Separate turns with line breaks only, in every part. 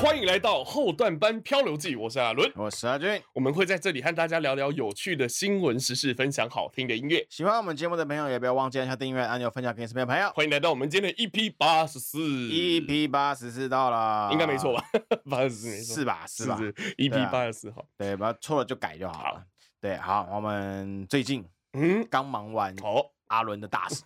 欢迎来到后段班漂流记，我是阿伦。
我是阿俊。
我们会在这里和大家聊聊有趣的新闻时事，分享好听的音乐。
喜欢我们节目的朋友，也不要忘记按下订阅按钮，分享给身边的朋友。
欢迎来到我们今天的 EP 八十四
EP 八十四到了，
应该没错？吧？ 八十四没错，
是吧？是吧？
是？EP 八十四号，
对，啊不要错了就改就好了。
好
对，好，我们最近
嗯，
刚忙完
好，
阿伦的大事，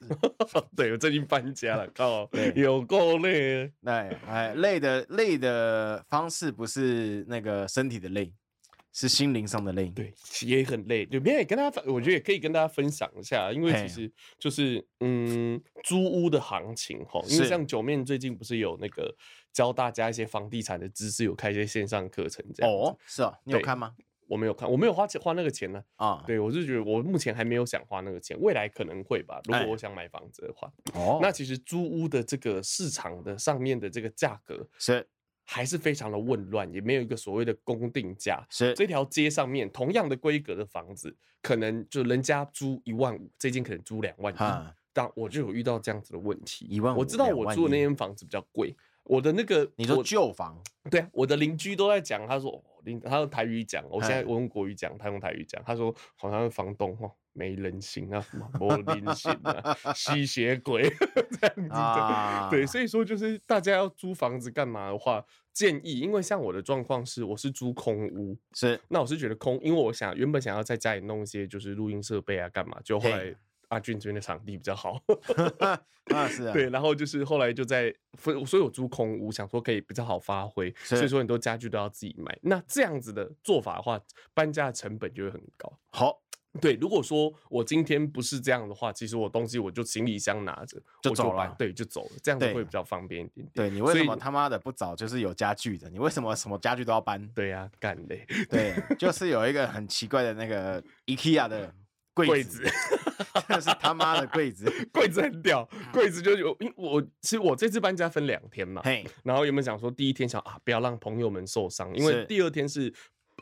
对我最近搬家了，靠
对，
有够累。
对，哎，累的累的方式不是那个身体的累，是心灵上的累。
对，也很累。里面也跟大家分，我觉得也可以跟大家分享一下，因为
嘿
其实就是嗯，租屋的行情哈，因为
是
像九面最近不是有那个教大家一些房地产的知识，有开一些线上课程这样。哦，
哦，是哦，你有
对
看吗？
我没有看，我没有花钱花那个钱呢、
啊，，
对，我是觉得我目前还没有想花那个钱，未来可能会吧。如
哎
果我想买房子的话，
哦，
那其实租屋的这个市场的上面的这个价格
是
还是非常的混乱，也没有一个所谓的公定价。
是
这条街上面同样的规格的房子，可能就人家租一万五，这间可能租两万一。
哈，
但我就有遇到这样子的问题，
15,000
我知道我住的那间房子比较贵，我的那个
你说
我
旧房
对啊，我的邻居都在讲，他说哦邻他用台语讲，我现在
嗯
我用国语讲，他用台语讲，他说好像房东哦没人性啊，没人性啊，吸血鬼 这样子的。
啊？
对，所以说就是大家要租房子干嘛的话，建议，因为像我的状况是，我是租空屋，
是
那我是觉得空，因为我想原本想要在家里弄一些就是录音设备啊干嘛，就后来
嘿
阿俊这边的场地比较好，
啊，是 啊，
对，然后就是后来就在，所以所以我租空屋，想说可以比较好发挥，
是
所以说很多家具都要自己买。那这样子的做法的话，搬家的成本就会很高。
好，
对，如果说我今天不是这样的话，其实我东西我就行李箱拿着
就
我
走了
搬对，就走了，这样子
对
会比较方便一点点。
对你为
所
什
以？
么他妈的不找就是有家具的？你为什么什么家具都要搬
对呀、干嘞，
对，就是有一个很奇怪的那个 IKEA 的
柜
柜
子
子，真的是他妈的 柜子。
柜子很屌，
嗯
柜子就有，因为我其实我这次搬家分两天嘛，
嘿，
然后原本想说第一天想啊，不要让朋友们受伤，因为
是
第二天是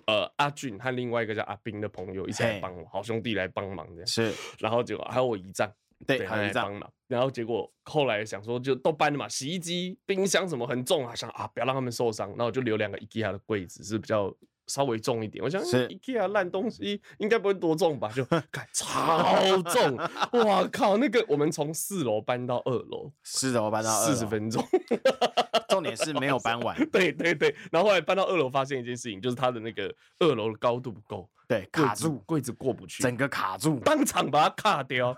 呃阿俊和另外一个叫阿斌的朋友一起来
嘿
帮我，好兄弟来帮忙这样，
是
然后结果还有我姨丈，
对，
他
还有
来
一张
帮忙，然后结果后来想说就都搬了嘛，洗衣机、冰箱什么很重啊，想啊不要让他们受伤，然后我就留两个 IKEA 的柜子是比较。稍微重一点，我想
是
IKEA 烂东西应该不会多重 吧？就干超重，哇靠！那个我们从四楼搬到二楼，
是的，我搬到二
四十
楼，
分钟，
重点是没有搬 完，
对对对，然后后来搬到二楼，发现一件事情，就是它的那个二楼的高度不够，
对，
柜
卡
子
住，
柜子过不去，
整个卡住，
当场把它卡 掉，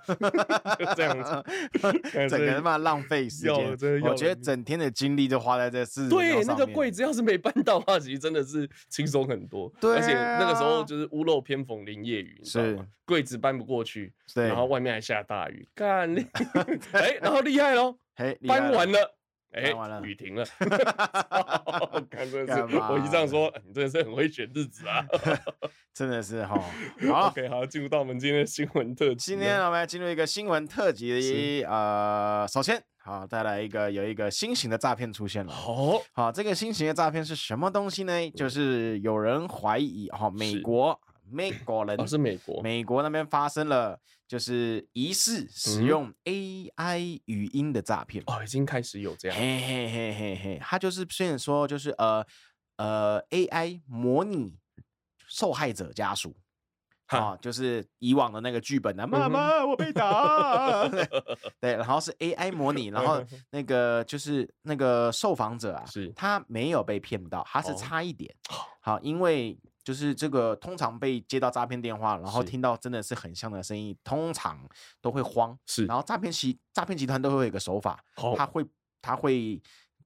就这样子。
整个他妈浪费时
要真的
间。
要
我觉得整天的精力都花在这四十分
对，
钟
那
上
个
面
柜子要是没搬到的话，其实真的是轻松很多。
对啊
而且那个时候就是屋漏偏逢连夜雨，你知道吗
是
柜子搬不过去，
对
然后外面还下大雨， 干你！哎，然后厉害喽，
嘿， 厉害
搬完了。哎
搬完，了
雨停 了， 操干真的是
干嘛
我姨丈说哎你真的是很会选日子 啊。
真的是 哈。好，
OK，好，进入到我们今天的新闻特辑
今
了。
天呢我们来进入一个新闻特辑
嗯是，
呃，首先好带来一个有一个新型的诈骗出现了。
好，嗯
好，这个新型的诈骗是什么东西呢？就是有人怀疑哈、美
是
国美国人、
哦，是美国，
美国那边发生了就是疑似使
嗯
用 AI 语音的诈骗。
哦，已经开始有这 样，
嘿嘿嘿嘿嘿，他就是虽然说就是呃呃 AI 模拟受害者家属。
哈
啊、就是以往的那个剧本啊，妈
嗯哼
妈我被打，啊 对，然后是 AI 模拟，然后那个就是那个受访者啊，
是
他没有被骗到，他是
哦
差一点，
好
好，因为就是这个通常被接到诈骗电话，然后
是
听到真的是很像的声音，通常都会慌，
是
然后诈骗集诈骗集团都会有一个手法，
好，
他会他会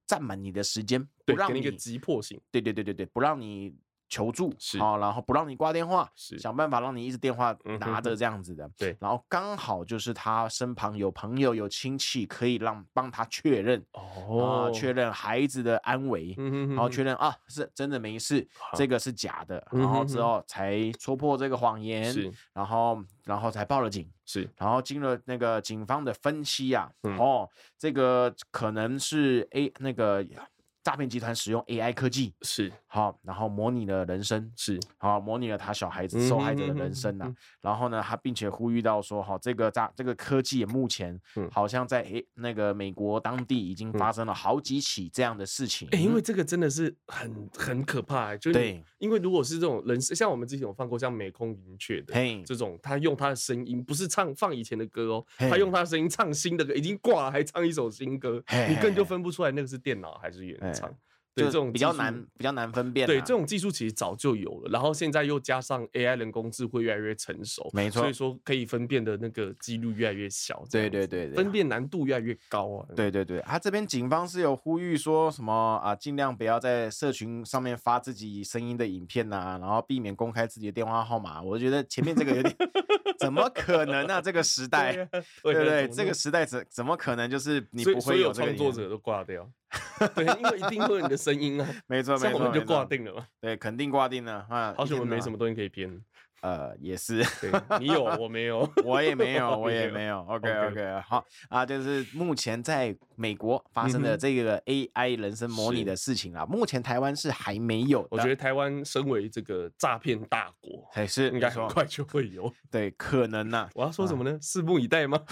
占满你的时间，不
对，
让
给你
你
一个急迫性，
对对对对对，不让你求助，
是
好，然后不让你挂电话，
是
想办法让你一直电话
嗯哼
拿着
哼
这样子的，
对
然后刚好就是他身旁有朋友有亲戚可以让帮他确认啊、
哦，
确认孩子的安危，
嗯哼哼，
然后确认啊是真的没事，
好
这个是假的，
嗯
然后
哼
之
哼
后才戳破这个谎
是
言，然后然后才报了警。
是
然后经了那个警方的分析啊，
嗯
哦，这个可能是 A 那个诈骗集团使用 AI 科技，
是
好，然后模拟了人生，
是，
好，模拟了他小孩子受害者的人生呐、
嗯哼嗯哼嗯
然后呢，他并且呼吁到说，哈，这个诈这个科技目前
嗯
好像在诶那个美国当地已经发生了好几起这样的事情。
哎、因为这个真的是很很可怕、欸，就是你
对
因为如果是这种人，像我们之前有放过像美空云雀的
嘿
这种，他用他的声音，不是唱放以前的歌哦，他
嘿
用他的声音唱新的歌，已经挂了还唱一首新歌，
嘿
你根本就
嘿嘿
分不出来那个是电脑还是原
嘿
唱。对
就
这种
比
技
较
术
难，比较难分辨啊、
对，这种技术其实早就有了，然后现在又加上 AI 人工智慧越来越成熟，
没
所
错
以说可以分辨的那个几率越来越小这
对
样子，
对对对啊
分辨难度越来越高啊。
对对对，他这边警方是有呼吁说什么啊，尽量不要在社群上面发自己声音的影片呐、啊然后避免公开自己的电话号码。我觉得前面这个有点，怎么可能啊？这个时 代，
对啊，
对
啊
不
怎么
对？这
那
个
么
时代怎怎么可能就是你
所以
不
所
会
有
这个
创
影
作
响？
者都挂 掉，对，因为一定会有你的声音啊，
没错，没
像
错，
我们就
没错
挂，定了嘛。
对，肯定挂定了啊。
好久我
我
们没什
么，
么东西可以编，
呃，也是。
对你有我没有，
我也 没有，我
也
也
有
没有。OK
OK
OK，好啊，就是目前在美国发生的
嗯哼
这个 AI 人生模拟
是
的事情啊，目前台湾是还没有的。
我觉得台湾身为这个诈骗大国，
还是
应该
没错啊
很快就会有。
对，可 能呐
我要说什么呢？拭目以待吗？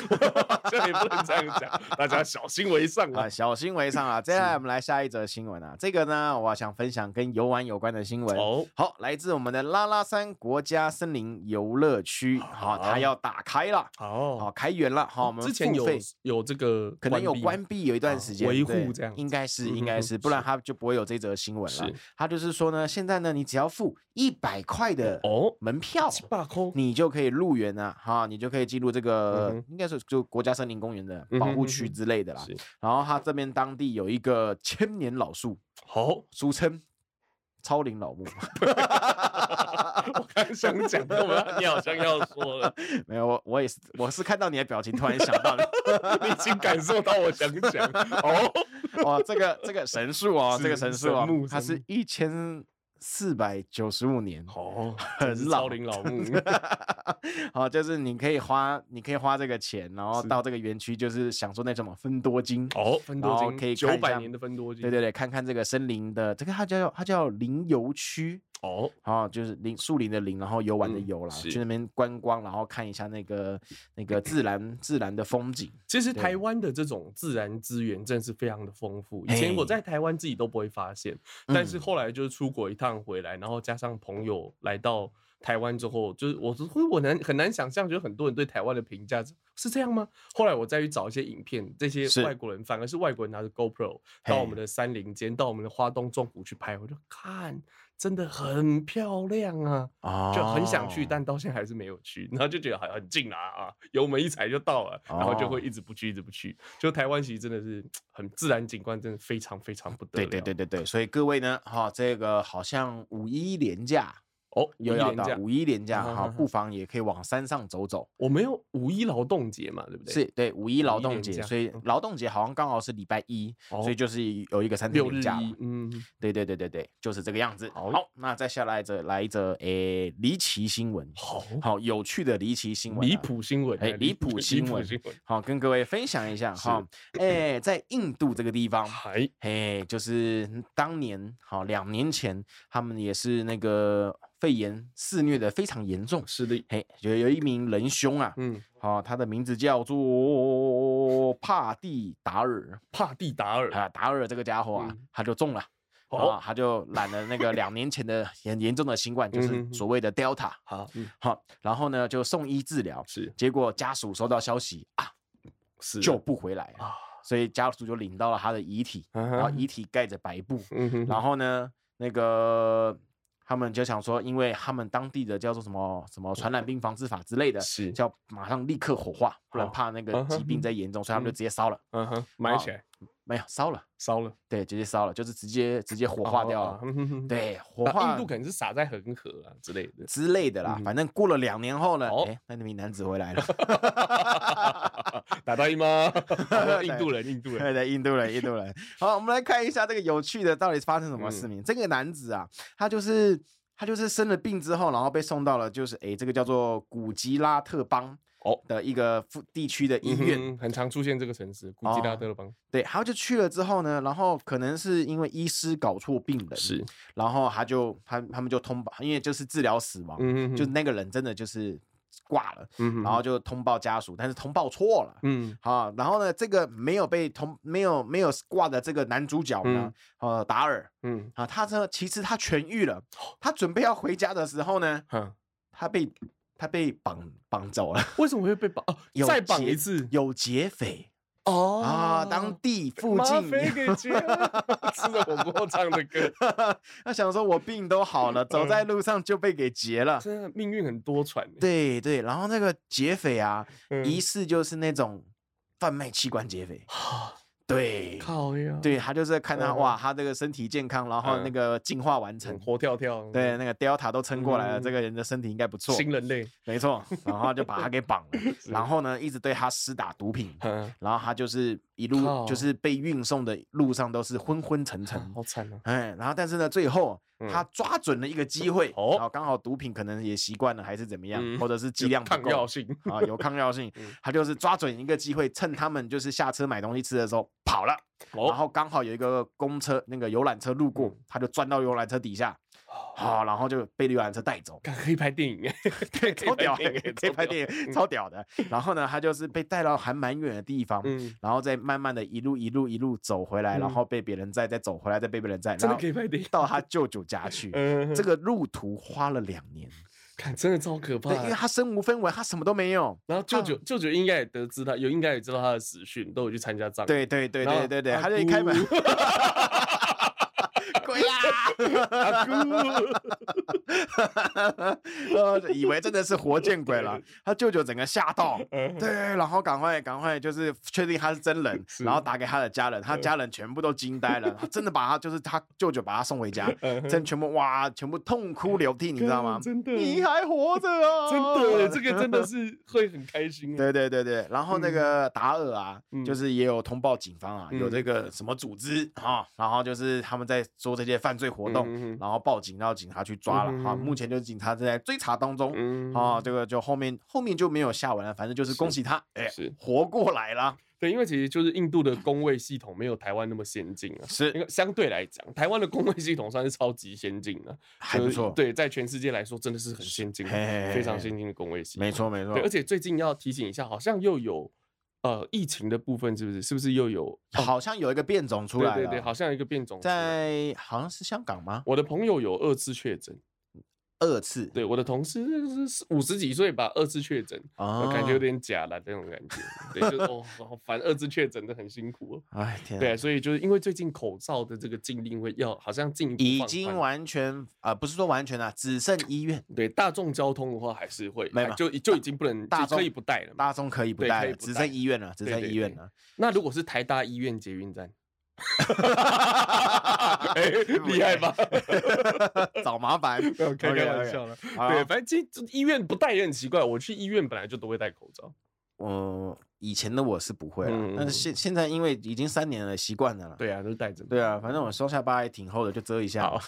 好像也不能这样讲，大家小心为上
啊，
啊。
小心为 上啊。接下来我们来下一则新闻啊，这个呢，我想分享跟游玩有关的新闻。
哦，
好，来自我们的拉拉山国家森林游乐区，好，它
好
要打开了，好，
好，
开园了，好，我
啊
们
哦之前
付
有
费
有这个
可能有
闭
关闭有一段
啊
时间
维护
对
这样
应该是应
嗯
该
哼
是，不然
是
它就不会有这则新闻了
是。
它就是说呢，现在呢，你只要付一百块的
哦，
门票。
七八扣
你就可以入园啊，哈，你就可以进入这个、
嗯哼
应该是就国家森林公园的
嗯
保
哼嗯
护区
哼
之类的啦。
是
然后它这边当地有一个千年老树，
好。
俗称超龄 老木。
我刚想讲，但我要你好像要说了，
没有，我我也是，我是看到你的表情，突然想到的
你已经感受到我想讲 哦。
哦，这个这个神树哦，这个
是
神树
神
哦
木，
它
神
是
木
一千四百九十五年。
哦，
很
真是
老
超龄老木，
好，就是你可以花，你可以花这个钱，然后
是
到这个园区，就是享受那什么分多金。
哦，分
然
多
后
金
可以看
九
一下
百年的分多金，
对对对，看看这个森林的，这个它叫它叫林游区，
哦，
哦，就是林树林的林，然后游玩的
嗯
游啦，
是嗯
去那边观光，然后看一下那个那个自然自然的风景。
其实
对
台湾的这种自然资源真是非常的丰富，以前我
嘿
在台湾自己都不会发现，但是
嗯
后来就是出国一趟回来，然后加上朋友来到台湾之后，就是我是会我难很难想象，就是很多人对台湾的评价是是这样吗？后来我再去找一些影片，这些
是
外国人反而是外国人拿着 GoPro 到我
嘿
们的山林间，到我们的花东纵谷去拍，我就看真的很漂亮啊。
哦
就很想去，但到现在还是没有去，然后就觉得很很近啦啊，油门一踩就到了，然后就会
哦
一直不去，一直不去。就台湾其实真的是很自然景观，真的非常非常不得
对
了。
对对对对，所以各位呢，哈、这个好像五一连假
哦，
又
五一
要
连
到
假
五一连假，
哈
哈、
哈哈
不妨也可以往山上走走。
我们有五一劳动节嘛，对不对？
是对五一劳动
连
节，
假
所以
嗯
劳动节好像刚好是礼拜一，
哦，
所以就是有一个三天
六日
连假了
一，。嗯，
对对对对对，就是这个样子。
好
好，那再下来则来一则诶离奇新闻，
好
好有趣的离奇新闻、
离。谱新闻啊，
哎离谱新闻
新闻，
好，跟各位分享一下哈，哎，在印度这个地方，
还
嘿，就是当年好两年前，他们也是那个肺炎肆虐的非常严重。
是的，
嘿，就有一名仁兄啊，
嗯，
好、他的名字叫做帕蒂达尔
帕蒂达尔，
啊，达尔这个家伙啊，
嗯
他就中了。啊
哦，，
他就染了那个两年前的很严重的新冠，就
嗯
是
哼哼
所谓的 Delta。
好，嗯
好，然后呢就送医治疗，
是
结果家属收到消息啊，
是
救
啊
不回来了，
啊，
所以家属就领到了他的遗体，然后
啊
遗体盖着白布，
嗯哼
然后呢那个。他们就想说，因为他们当地的叫做什么什么传染病防治法之类的，
是
叫马上立刻火化，不然
好
怕那个
嗯哼
疾病
哼
再严重，所以他们就
嗯
直接烧了，
嗯哼，埋起
啊
来
没有烧了，
烧了，
对，直接烧了，就是直接直接火化
哦
掉
啊
了，
嗯哼哼
对，火
那
化。
印度可能是撒在恒河啊之类 的。
之类的啦
嗯。哼
反正过了两年后呢，
哦
哎、那那名男子回来了。
打大姨妈，印度人，印嗯度
对
人，
对，印度 人，印度人。好，我们来看一下这个有趣的到底发生什么事
嗯
情。这个男子啊，他就是他就是生了病之后，然后被送到了就是哎、这个叫做古吉拉特邦
哦
的一个附地区的医院。
嗯哼很常出现这个城市，古吉拉
哦
德勒邦、
对，他就去了之后呢，然后可能是因为医师搞错病人，，
是，
然后他就他他们就通报，因为就是治疗死亡，
嗯哼
就那个人真的就是挂了，
嗯哼
然后就通报家属，但是通报错了。
嗯
好，然后呢，这个没有被通没有没有挂的这个男主角呢，呃，达尔
嗯
啊，他这其实他痊愈了，
哦
他准备要回家的时候呢，
哼，
他被他被绑绑走了，
为什么会被绑？哦，
有
再绑
劫
一次
有劫匪
哦
啊，当地附
吗
近
啡给接了，吃着火锅唱的歌，
他想说，我病都好了，走
嗯
在路上就被给劫了。
真的命运很多舛欸。
对对，然后那个劫匪啊，
嗯
疑似就是那种贩卖器官劫匪。
啊
对
靠呀，
对，他就是看他
嗯
哇，他这个身体健康，然后那
嗯
个进化完
嗯，
成。
活跳跳，
对，，那个 Delta 都撑过来了，这
嗯
个人的身体应该不错，
新人类，
没错。然后就把他给绑 了，然后呢，一直对他施打毒品，
嗯，
然后他就是一路
靠
就是被运送的路上都是昏昏沉沉，
好惨啊，
哎，然后但是呢，最后
嗯
他抓准了一个机会，
哦
然后刚好毒品可能也习惯了，还是怎么样，
嗯
或者是剂
有
量不
抗药
够
性，
啊，有抗药性，
嗯
他就是抓准一个机会，趁他们就是下车买东西吃的时候跑了，
哦
然后刚好有一个公车那个游览车路
嗯
过，他就钻到游览车底下，
好，。
好、然后就被游览车带走
干可以拍电影欸，
对，超屌，
可以拍电影
这拍电影超屌的。然后呢，他就是被带到还蛮远的地方，
嗯，
然后再慢慢的一路一路一路走回来，然
嗯
后被别人载，再走回来，再被别人载，
真的
然后
可以拍电影，
到他舅舅家去。
嗯，
这个路途花了两年，
看真的超可怕
对，因为嗯
的。
他身无分文，他什么都没有。
然后舅舅舅舅应该也得知他有，应该也知道他的死讯，都有去参加葬礼。
对对对
啊然后啊
对对对，
阿
他就一开门，哎
姑
鬼
阿姑，
啦， 呃，以为真的是活见鬼了，他舅舅整个吓 到。
嗯
对，然后赶快赶快就是确定他是真人，
是嗯
然后打给他的家人，他家人全部都惊呆了，他真的把他就是他舅舅把他送回家，
嗯
真全部哇，全部痛哭流 涕，你知道吗
干？真的，
你还活着啊！
真的耶，这个真的 是会很开心。，啊
对对对对，然后那
嗯
个达尔啊，就
嗯
是也有通报警方啊，有
嗯
这个什么组织啊，然后就是他们在做这些犯罪活动，
嗯嗯嗯
然后报警，然后警察去抓了哈、
嗯嗯嗯
目前就是警察正在追查当中。
嗯
啊，这个就后面后面就没有下文了，反正就是恭
是
喜他，哎、
是
活过来了，
对，因为其实就是印度的工位系统没有台湾那么先进啊。因
是
为相对来讲，台湾的工位系统算是超级先进啊的、
还不
就是
错，，
对，在全世界来说真的是很先进的、
嘿嘿嘿
非常
嘿
先进的工位系统。
没错没错
对，，而且最近要提醒一下，好像又有呃疫情的部分，是不是？是不是又有？
好像有一个变种出
对
来了，
对对，好像有一个变种出来。
在好像是香港吗？
我的朋友有二次确诊，
二次，
对，我的同事是五十几岁吧，二次确诊，
啊
我感觉有，点假了这种感觉，对， 就哦，好烦，二次确诊的很辛苦哦。
哎天啊，
对，所以就是因为最近口罩的这个禁令会要，好像进一步
已
放
经
宽
完全啊、呃不是说完全啊，只剩医院，
对大众交通的话还是会，
没
还
嘛
就就已经不能
大
就可
众
以不戴了嘛。
大众可以不
嗯对
带
可以
了，
不
只
带
剩医院了，只
对
剩
对
医院
对
了。
那如果是台大医院捷运 站， 哎
哎，
厉害吧？
找麻 烦，
没有开开
OK，OK
玩笑了。
好
对，反正其实医院不戴也很奇怪，我去医院本来就都会戴口罩。
嗯，以前的我是不会了，但
嗯嗯
是
嗯
现现在因为已经三年了，习惯了啦。
对啊，都是戴着。
对啊，反正我双下巴也挺厚的，就遮一下
好
嘛。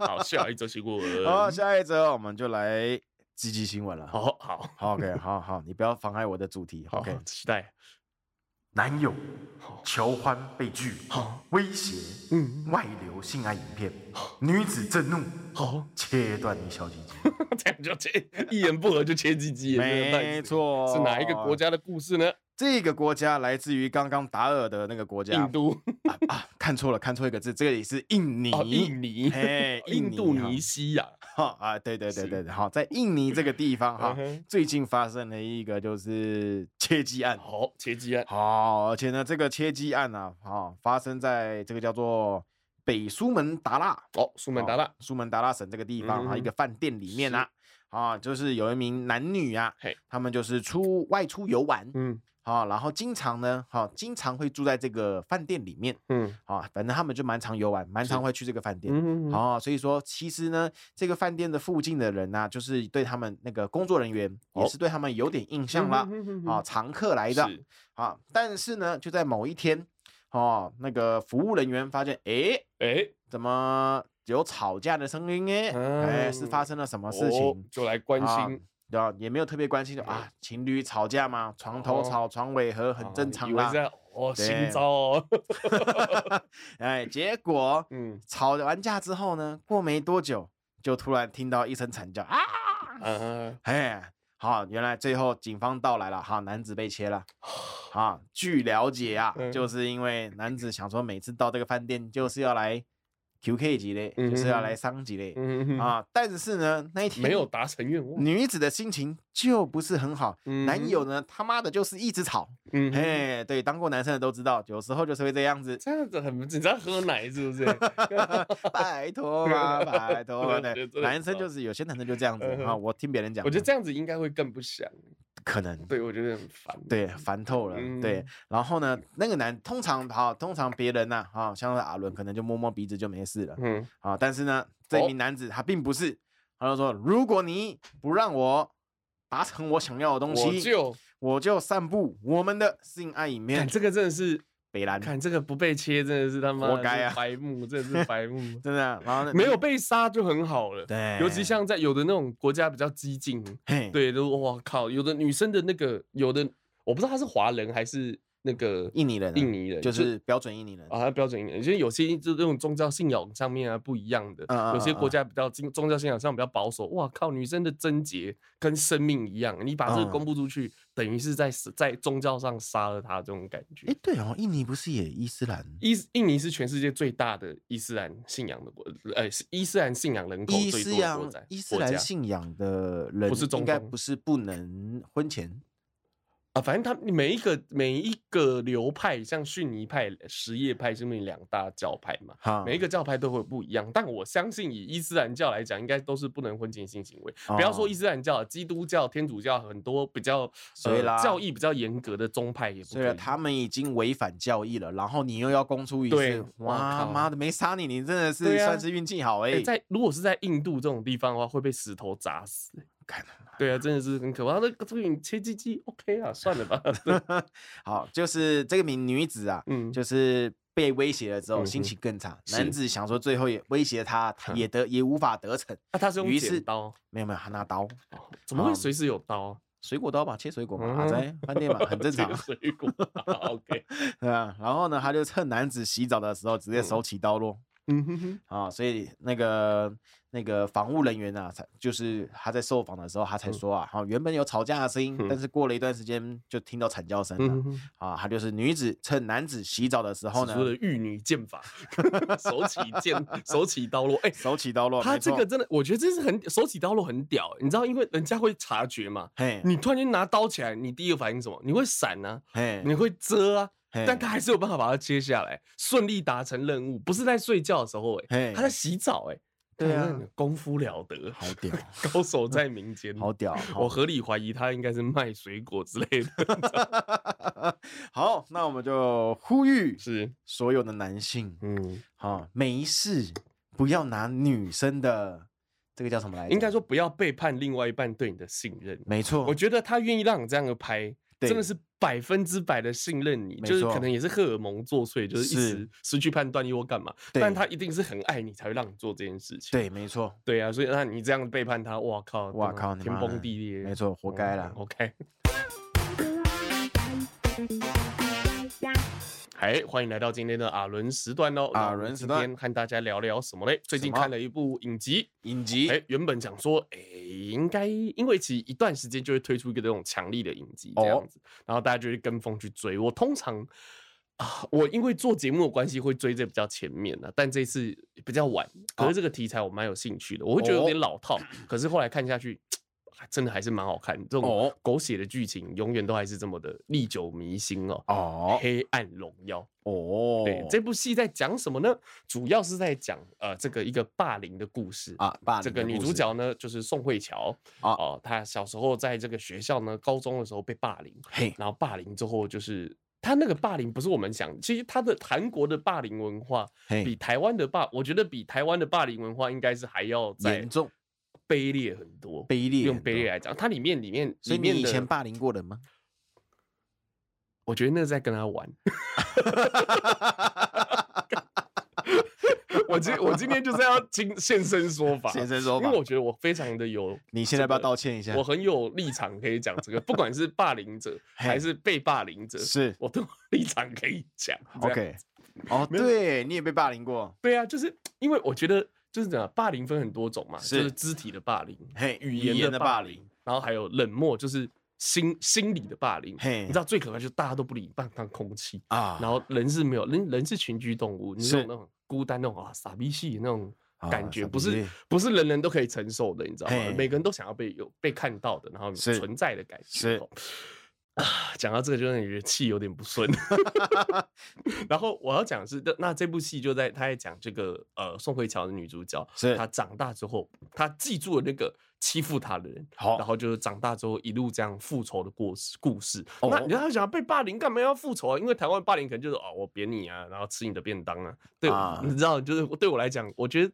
好，好，下一则新闻。
啊 好，啊下一则我们就来积极新闻了。
好好
嗯好，OK，好好，你不要妨碍我的主题。
好
OK，
期待。
男友
好
求欢被拒，
好，
威胁
嗯，
外流性爱影片，女子震怒，
好，
切断你小鸡鸡。
这样就切，一言不合就切鸡鸡，真的
没
烂死
错，
是哪一个国？家的故事呢？
这个国家来自于刚刚达尔的那个国家，
印度
啊啊，看错了，看错一个字，这个也是印尼，
哦，印尼，
嘿
印度
哎印尼哈啊
尼西亚，
哈啊，对对对
是
对对，好，在印尼这个地方哈
嗯，哼
最近发生了一个就是切鸡案，
好，切鸡案，
好，而且呢，这个切鸡案啊，啊，发生在这个叫做北苏门答腊，
哦，苏门答腊，
苏门答腊省这个地方
嗯
啊，
哼
一个饭店里面啊，啊，就是有一名男女啊
嘿，
他们就是出外出游玩，
嗯
啊，然后经常呢，哈、经常会住在这个饭店里面
嗯
啊，反正他们就蛮常游玩，蛮常
是
会去这个饭店。
嗯，
哦，所以说其实呢，这个饭店的附近的人呐、就是对他们那个工作人员也
哦嗯
是对他们有点印象啦。啊，，常客来的
是
啊，但是呢，就在某一天，哦，那个服务人员发现，诶，
哎，
怎么有吵架的声音诶，哎，是发
嗯
生了什么
哦
事情？
就来关
啊
心，
然后也没有特别关心的啊，情侣吵架嘛，床头
哦
吵床尾和，很正
啊
常
以为是
啦。
在哦，
对
新招哦，
哎，结果
嗯
吵完架之后呢，过没多久就突然听到一声惨叫啊！
啊，
哎，好，原来最后警方到来了，哈，男子被切了。 啊，据了解啊，
嗯
就是因为男子想说每次到这个饭店就是要来 QK 级的，就是要来伤级的、
嗯，
啊，但是呢，那一天
没有达成愿望，
女子的心情就不是很好，男友呢他妈的就是一直吵，
嗯哼，嗯哼，
嘿，对，当过男生的都知道，有时候就是会这样子
这样子很，你知道喝奶是不是？
拜托嘛， 拜托嘛，对
对真的
男生就是有些男生就这样子
嗯
啊，我听别人讲，
我觉得这样子应该会更不想，
可能。
对我觉得很烦，
对，烦透了。对
嗯，
然后呢，那个男通常好，通常别人呐、啊，像是阿伦，可能就摸摸鼻子就没事了。
嗯，
啊，但是呢，这
哦
名男子他并不是，他就说，如果你不让我达成我想要的东西，
我就
我就散布我们的性爱影
看
片。
这个真的是，
北兰
看这个不被切真的是他妈
活
的
该
是
啊
白目真的是白目，
真的，啊然后呢
没有，被杀就很好了。
对，
尤其像在有的那种国家比较激进，
嘿，
对，都我靠，有的女生的那个，有的我不知道她是华人还是那个
印尼人啊，
印尼人，
就是标准印尼人，
啊，她标准印尼人，就是有些就这种宗教信仰上面啊不一样的，
嗯嗯
有些
嗯
国
嗯
家比较宗宗教信仰上比较保守，哇靠，女生的贞洁跟生命一样，你把这个
嗯
公布出去，等于是在在宗教上杀了她这种感觉
哎，。对哦，印尼不是也伊斯兰？
伊斯印尼是全世界最大的伊斯兰信仰的国，呃，是伊斯兰信仰人口
伊
最
斯
多的国
兰
家。
伊斯
国
兰
家
信仰的人
不是中
应该
东
不是不能婚前
啊，反正他们每一个每一个流派，像逊尼派、什叶派，这么两大教派嘛，
哈，
每一个教派都会不一样。但我相信，以伊斯兰教来讲，应该都是不能婚前性行为。不要说
哦
伊斯兰教，基督教、天主教很多比较
所以
呃
啦
教义比较严格的宗派也不
虽
可
然
以。
他们已经违反教义了，然后你又要公出一
对
次，
哇
哇
靠
妈的没杀你，你真的是
对啊
算是运气好哎、
哎、在如果是在印度这种地方的话，会被石头砸死、欸
看。
对啊，真的是很可怕。那个这个你切鸡鸡，OK 啊，算了吧。 对
好，就是这名女子啊，
嗯，
就是被威胁了之后，
嗯
心
哼
情更差。
是
男子想说最后也威胁她，她也得也无法得逞。
啊那、他是用
于是
剪刀，
没有没有，他拿刀，
哦怎么会
啊
随时有刀啊？
水果刀吧，切水果嘛，啊
嗯
在饭店嘛，很正 常啊
这个，水果 ，OK，
对啊。然后呢，他就趁男子洗澡的时候，直接手起刀落。
嗯哼哼，
啊，所以那个那个防务人员啊，才就是他在受访的时候，他才
嗯
说啊，好、原本有吵架的声音，但
嗯
是过了一段时间就听到惨叫声了、
嗯哼哼，
啊，他就是女子趁男子洗澡的时候
使出
呢，
了玉女剑 法，手起剑，手起刀落，哎、
手起刀落，
他
没
这
错
个真的，我觉得这是很手起刀落很屌、你知道，因为人家会察觉嘛。
嘿
你突然间拿刀起来，你第一个反应是什么？你会闪啊，
嘿
你会遮啊，
嘿，
但他还是有办法把它切下来，顺利达成任务。不是在睡觉的时候、哎
嘿，
他在洗澡、哎，
对啊
看，功夫了得，
好 屌，
高手在民间。
好屌，
我
好
合理怀疑他应该是卖水果之类的。
好，那我们就呼吁
是，
所有的男性
嗯，
啊，没事不要拿女生的这个叫什么来着？
应该说不要背叛另外一半对你的信任。啊
没错，
我觉得他愿意让你这样的拍，
哦对
真的是百分之百的信任你，
没
就是
错
可能也是荷尔蒙作祟，就是一
是
时失去判断力或干嘛，
对
但他一定是很爱你才会让你做这件事情。
对，没错。
对啊，所以那你这样背叛他，哇靠，
哇
真的
靠你
天
妈
崩
的
地裂，嗯
没错活该啦
OK。哎，欢迎来到今天的阿伦时段哦。那
阿
我们
伦时
今
段
天和大家聊聊什么嘞？最
什
近
么
看了一部影集，
影集，
哎，原本想说，哎，应该因为其实一段时间就会推出一个这种强力的影集这样
哦
子，然后大家就会跟风去追。我通常啊，我因为做节目的关系会追这比较前面的、但这次比较晚。可是这个题材我蛮有兴趣的，我会觉得有点
哦
老套，可是后来看下去。还真的还是蛮好看，这种
哦
狗血的剧情永远都还是这么的历久弥新哦。
哦
黑暗荣耀，
哦，
对这部戏在讲什么呢？主要是在讲呃这个一个霸凌的故事
啊，霸
这
凌
个
的
女
故
主
事
角呢，就是宋慧乔
啊
哦、她小时候在这个学校呢，高中的时候被霸凌，
嘿，
然后霸凌之后就是她那个霸凌不是我们想，其实她的韩国的霸凌文化
嘿
比台湾的霸，我觉得比台湾的霸凌文化应该是还要再
严重
卑劣很多。
卑劣，
用卑劣，来讲，它里面里面
所以
里
你
面
以
的
前霸凌过 人吗？
我 觉得那是在跟他玩。我我今我今天就是要今现身说法，
先生说吧
因为，我觉得我非常的有，
你现在要不要道歉一下
我？很有立场可以讲这个，不管是霸凌者
嘿
还是被霸凌者，
是
我都有立场可以讲。这样
OK。哦，
没有
对，你也被霸凌过，
对啊，就是因为我觉得就是怎样，霸凌分很多种嘛，
是
就是肢体的霸凌、
嘿，语
言
的
霸
凌，，
然后还有冷漠，就是心心理的霸凌。
嘿，
你知道最可怕就是大家都不理当当空气，
啊？
然后人是没有人人是群居动物，你
是
是那种孤单那种啊傻逼戏那种。感
啊
觉
傻
不是
逼
不是人人都可以承受的，你知道吗
嘿？
每个人都想要被有被看到的，然后
是
存在的感
是
觉。哦啊， 讲到这个就让你觉得气有点不 顺。然后我要讲的是，那那这部戏就在他在讲这个呃宋慧乔的女主角，
是
她长大之后，她记住了那个欺负她的人，
好
然后就是长大之后一路这样复仇的故事故事。
哦
那你要想被霸凌干嘛要复仇啊？因为台湾霸凌可能就是哦，我扁你啊，然后吃你的便当啊。对，
啊
你知道，就是对我来讲，我觉得。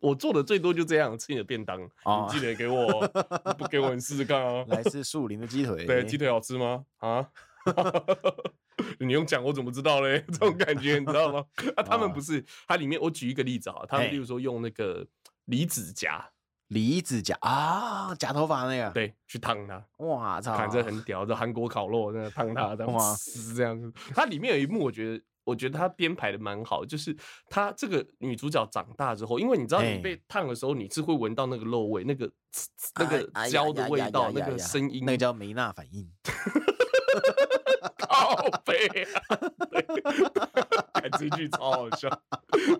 我做的最多就这样，吃你的便当，
哦。
你记得给我哦，你不给我你试试看啊
来自树林的鸡 腿，
对，鸡腿好吃吗？啊？ 你用讲我怎么知道嘞？这种感觉你知道吗？啊， 他们不是，它里面我举一个例子啊，他们
嘿
例如说用那个离子夹，
梨子夹啊，夹头发那个，，
对，去烫它，
哇操，
反正很屌，这韩国烤肉那个烫它这样
啊哇
撕这样子。它里面有一幕，我觉得。我觉得它编排的蛮好，就是她这个女主角长大之后，因为你知道
嘿
你被烫的时候，你是会闻到那个肉味、那个呲呲那
哎
个
呀
胶的
呀
味
呀
道、
呀
那个
呀
声音，
那个叫梅纳反应，
靠背啊！对这一句超好笑，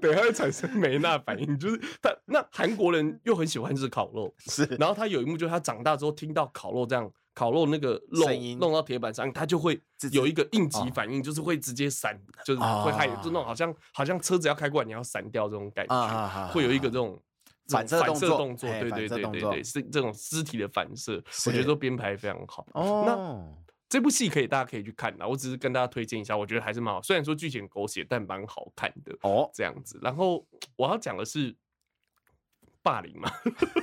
对，它会产生梅纳反应，就是他那韩国人又很喜欢吃烤肉，
是
然后他有一幕就是他长大之后听到烤肉这样烤肉那个肉
声音
弄到铁板上，他就会
自己
有一个应急
哦
反应，就是会直接闪，就是会害，
啊
就那种好像好像车子要开过来你要闪掉这种感
啊啊
觉，
啊，
会有一个这
啊
种。这
反
种
射
反
动
射
作
动作，
哎
对
反
对
射
对
动
对
作
对，是这种肢体的反射，我觉
是
得都编排非常好。
哦，
这部戏可以大家可以去看啦，我只是跟大家推荐一下，我觉得还是蛮好。虽然说剧情很狗血，但蛮好看的
哦，
这样子。然后我要讲的是霸凌嘛，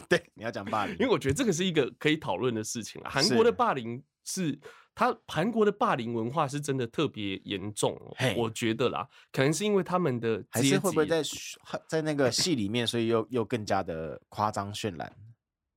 对，你要讲霸凌，
因为我觉得这个是一个可以讨论的事情啊。韩
是
国的霸凌是它韩国的霸凌文化是真的特别严重、哦
嘿，
我觉得啦，可能是因为他们的
还
阶
是会不会
级
在嘘在那个戏里面，所以又又更加的夸张渲染？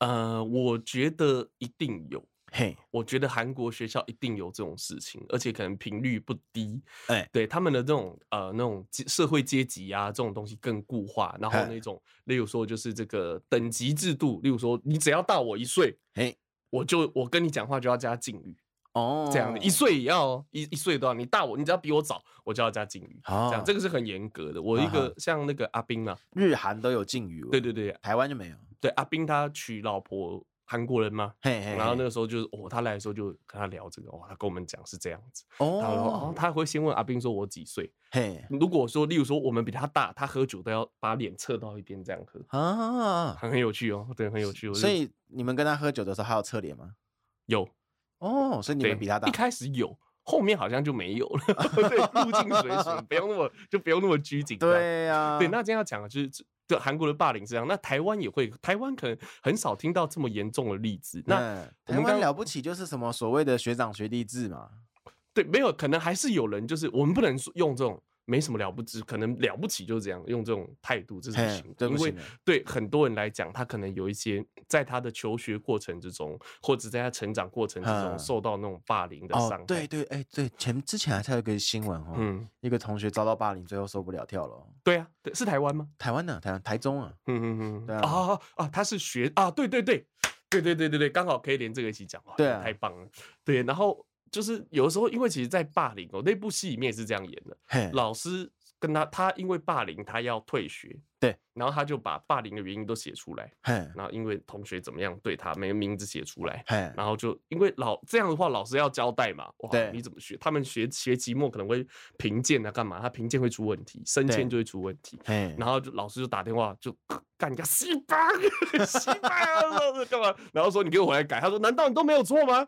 呃，我觉得一定有。
嘿，
我觉得韩国学校一定有这种事情，而且可能频率不低。
哎
对他们的这种呃那种阶社会阶级啊这种东西更固化，然后
嗨
那种例如说就是这个等级制度，例如说你只要大我一岁，
嘿，
我就我跟你讲话就要加敬语，
哦，
这样的一岁也要哦一一岁都要，你大我你只要比我早，我就要加敬语。
哦
这样这个是很严格的。我一
啊哈
个像那个阿兵啊，
日韩都有敬语，
对对，对
台湾就没有。
对，阿兵他娶老婆韩国人嘛。
嘿嘿，
然后那
嘿
个时候就是，哦，他来的时候就跟他聊这个，哦，他跟我们讲是这样子，然后说哦
哦，，
他会先问阿兵说我几岁。
嘿
如果说，例如说我们比他大，他喝酒都要把脸侧到一边这样喝，
啊，
很很有趣哦，对，很有趣。我就
所以你们跟他喝酒的时候，还有侧脸吗？
有
哦，所以你
对
们比他大
一，开始有，后面好像就没有了。 对，入境随 俗，不要那么就不用那么拘谨。这样
对呀，
对，那今天要讲的就是这。对韩国的霸凌是这样，那台湾也会，台湾可能很少听到这么严重的例子。那
嗯
我
台
们
湾
刚
了不起就是什么所谓的学长学弟制嘛，
对，没有，可能还是有人，就是我们不能说用这种没什么了不起，可能了不起就是这样，用这种态度这是不
嘿
行的，
对不
因为
行的
对很多人来讲，他可能有一些在他的求学过程之中，或者在他成长过程之中
嗯
受到那种霸凌的伤害。
哦，对，对，哎，对，前之前还有一个新闻哦，
嗯，
一个同学遭到霸凌，最后受不了跳楼。
对啊，对，是台湾吗？
台湾呢？台湾台中啊，
嗯嗯嗯，
对啊
啊啊，他是学啊，对对对，对对对对对，刚好可以连这个一起讲，哇
对啊
太棒了，对，然后就是有的时候，因为其实，在霸凌哦，那部戏里面也是这样演的，
嘿，
老师跟他，他因为霸凌，他要退学，
对，
然后他就把霸凌的原因都写出来，
嘿，
然后因为同学怎么样对他，每个名字写出来，
嘿，
然后就因为老这样的话，老师要交代嘛，哇
对，
你怎么学？他们学学期末可能会评鉴啊，干嘛？他评鉴会出问题，升
对
迁就会出问题，
嘿，
然后就老师就打电话就 干个西巴西巴干嘛？ 然后说你给我回来改，他说难道你都没有错吗？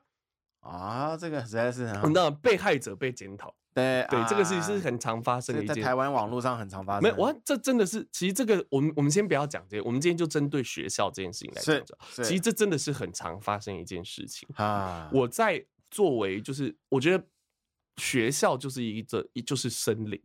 啊，这个实在是很好
哦那被害者被检讨，
对
对，这个事
啊
情是很常发生的
这
一
在
件
台湾网络上很常发生。
没有，我要这真的是，其实这个我们我们先不要讲这些，我们今天就针对学校这件事情来
是
讲讲。
是
其实这真的是很常发生一件事情。
啊，
我在作为就是，我觉得学校就是一个就是森林，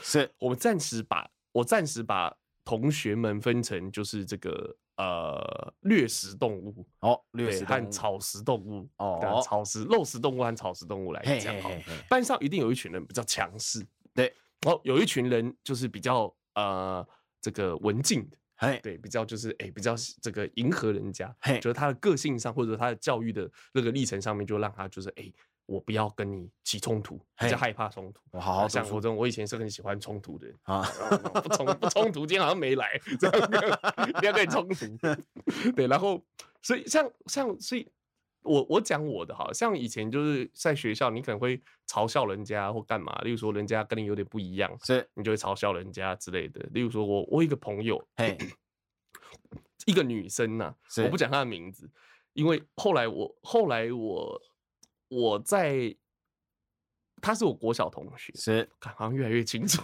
是
我们暂时把我暂时把同学们分成就是这个呃掠食动物，
哦，掠
对
食动
和
物
草食动物
哦
对啊草食肉食动物和草食动物来
嘿
讲
嘿
好了
嘿嘿
班上一定有一群人比较强势，
对，
然后有一群人就是比较呃这个文静的，
嘿，
对，比较就是哎、比较是这个迎合人家，
嘿
就是他的个性上或者他的教育的那个历程上面，就让他就是哎、我不要跟你起冲突，比较
嘿
害怕冲突。
我好
好
好
像
读
我
书
这种，我以前是很喜欢冲突的人，
啊，
不冲不冲突，今天好像没来，这样跟不要跟你冲突。对，然后所以像像所以，我我讲我的哈，像以前就是在学校，你可能会嘲笑人家或干嘛，例如说人家跟你有点不一样，
是
你就会嘲笑人家之类的。例如说我我有一个朋友，
嘿，
一个女生呐、
是
我不讲她的名字，因为后来我后来我我在。她是我国小同学，
是，
看好像越来越清楚。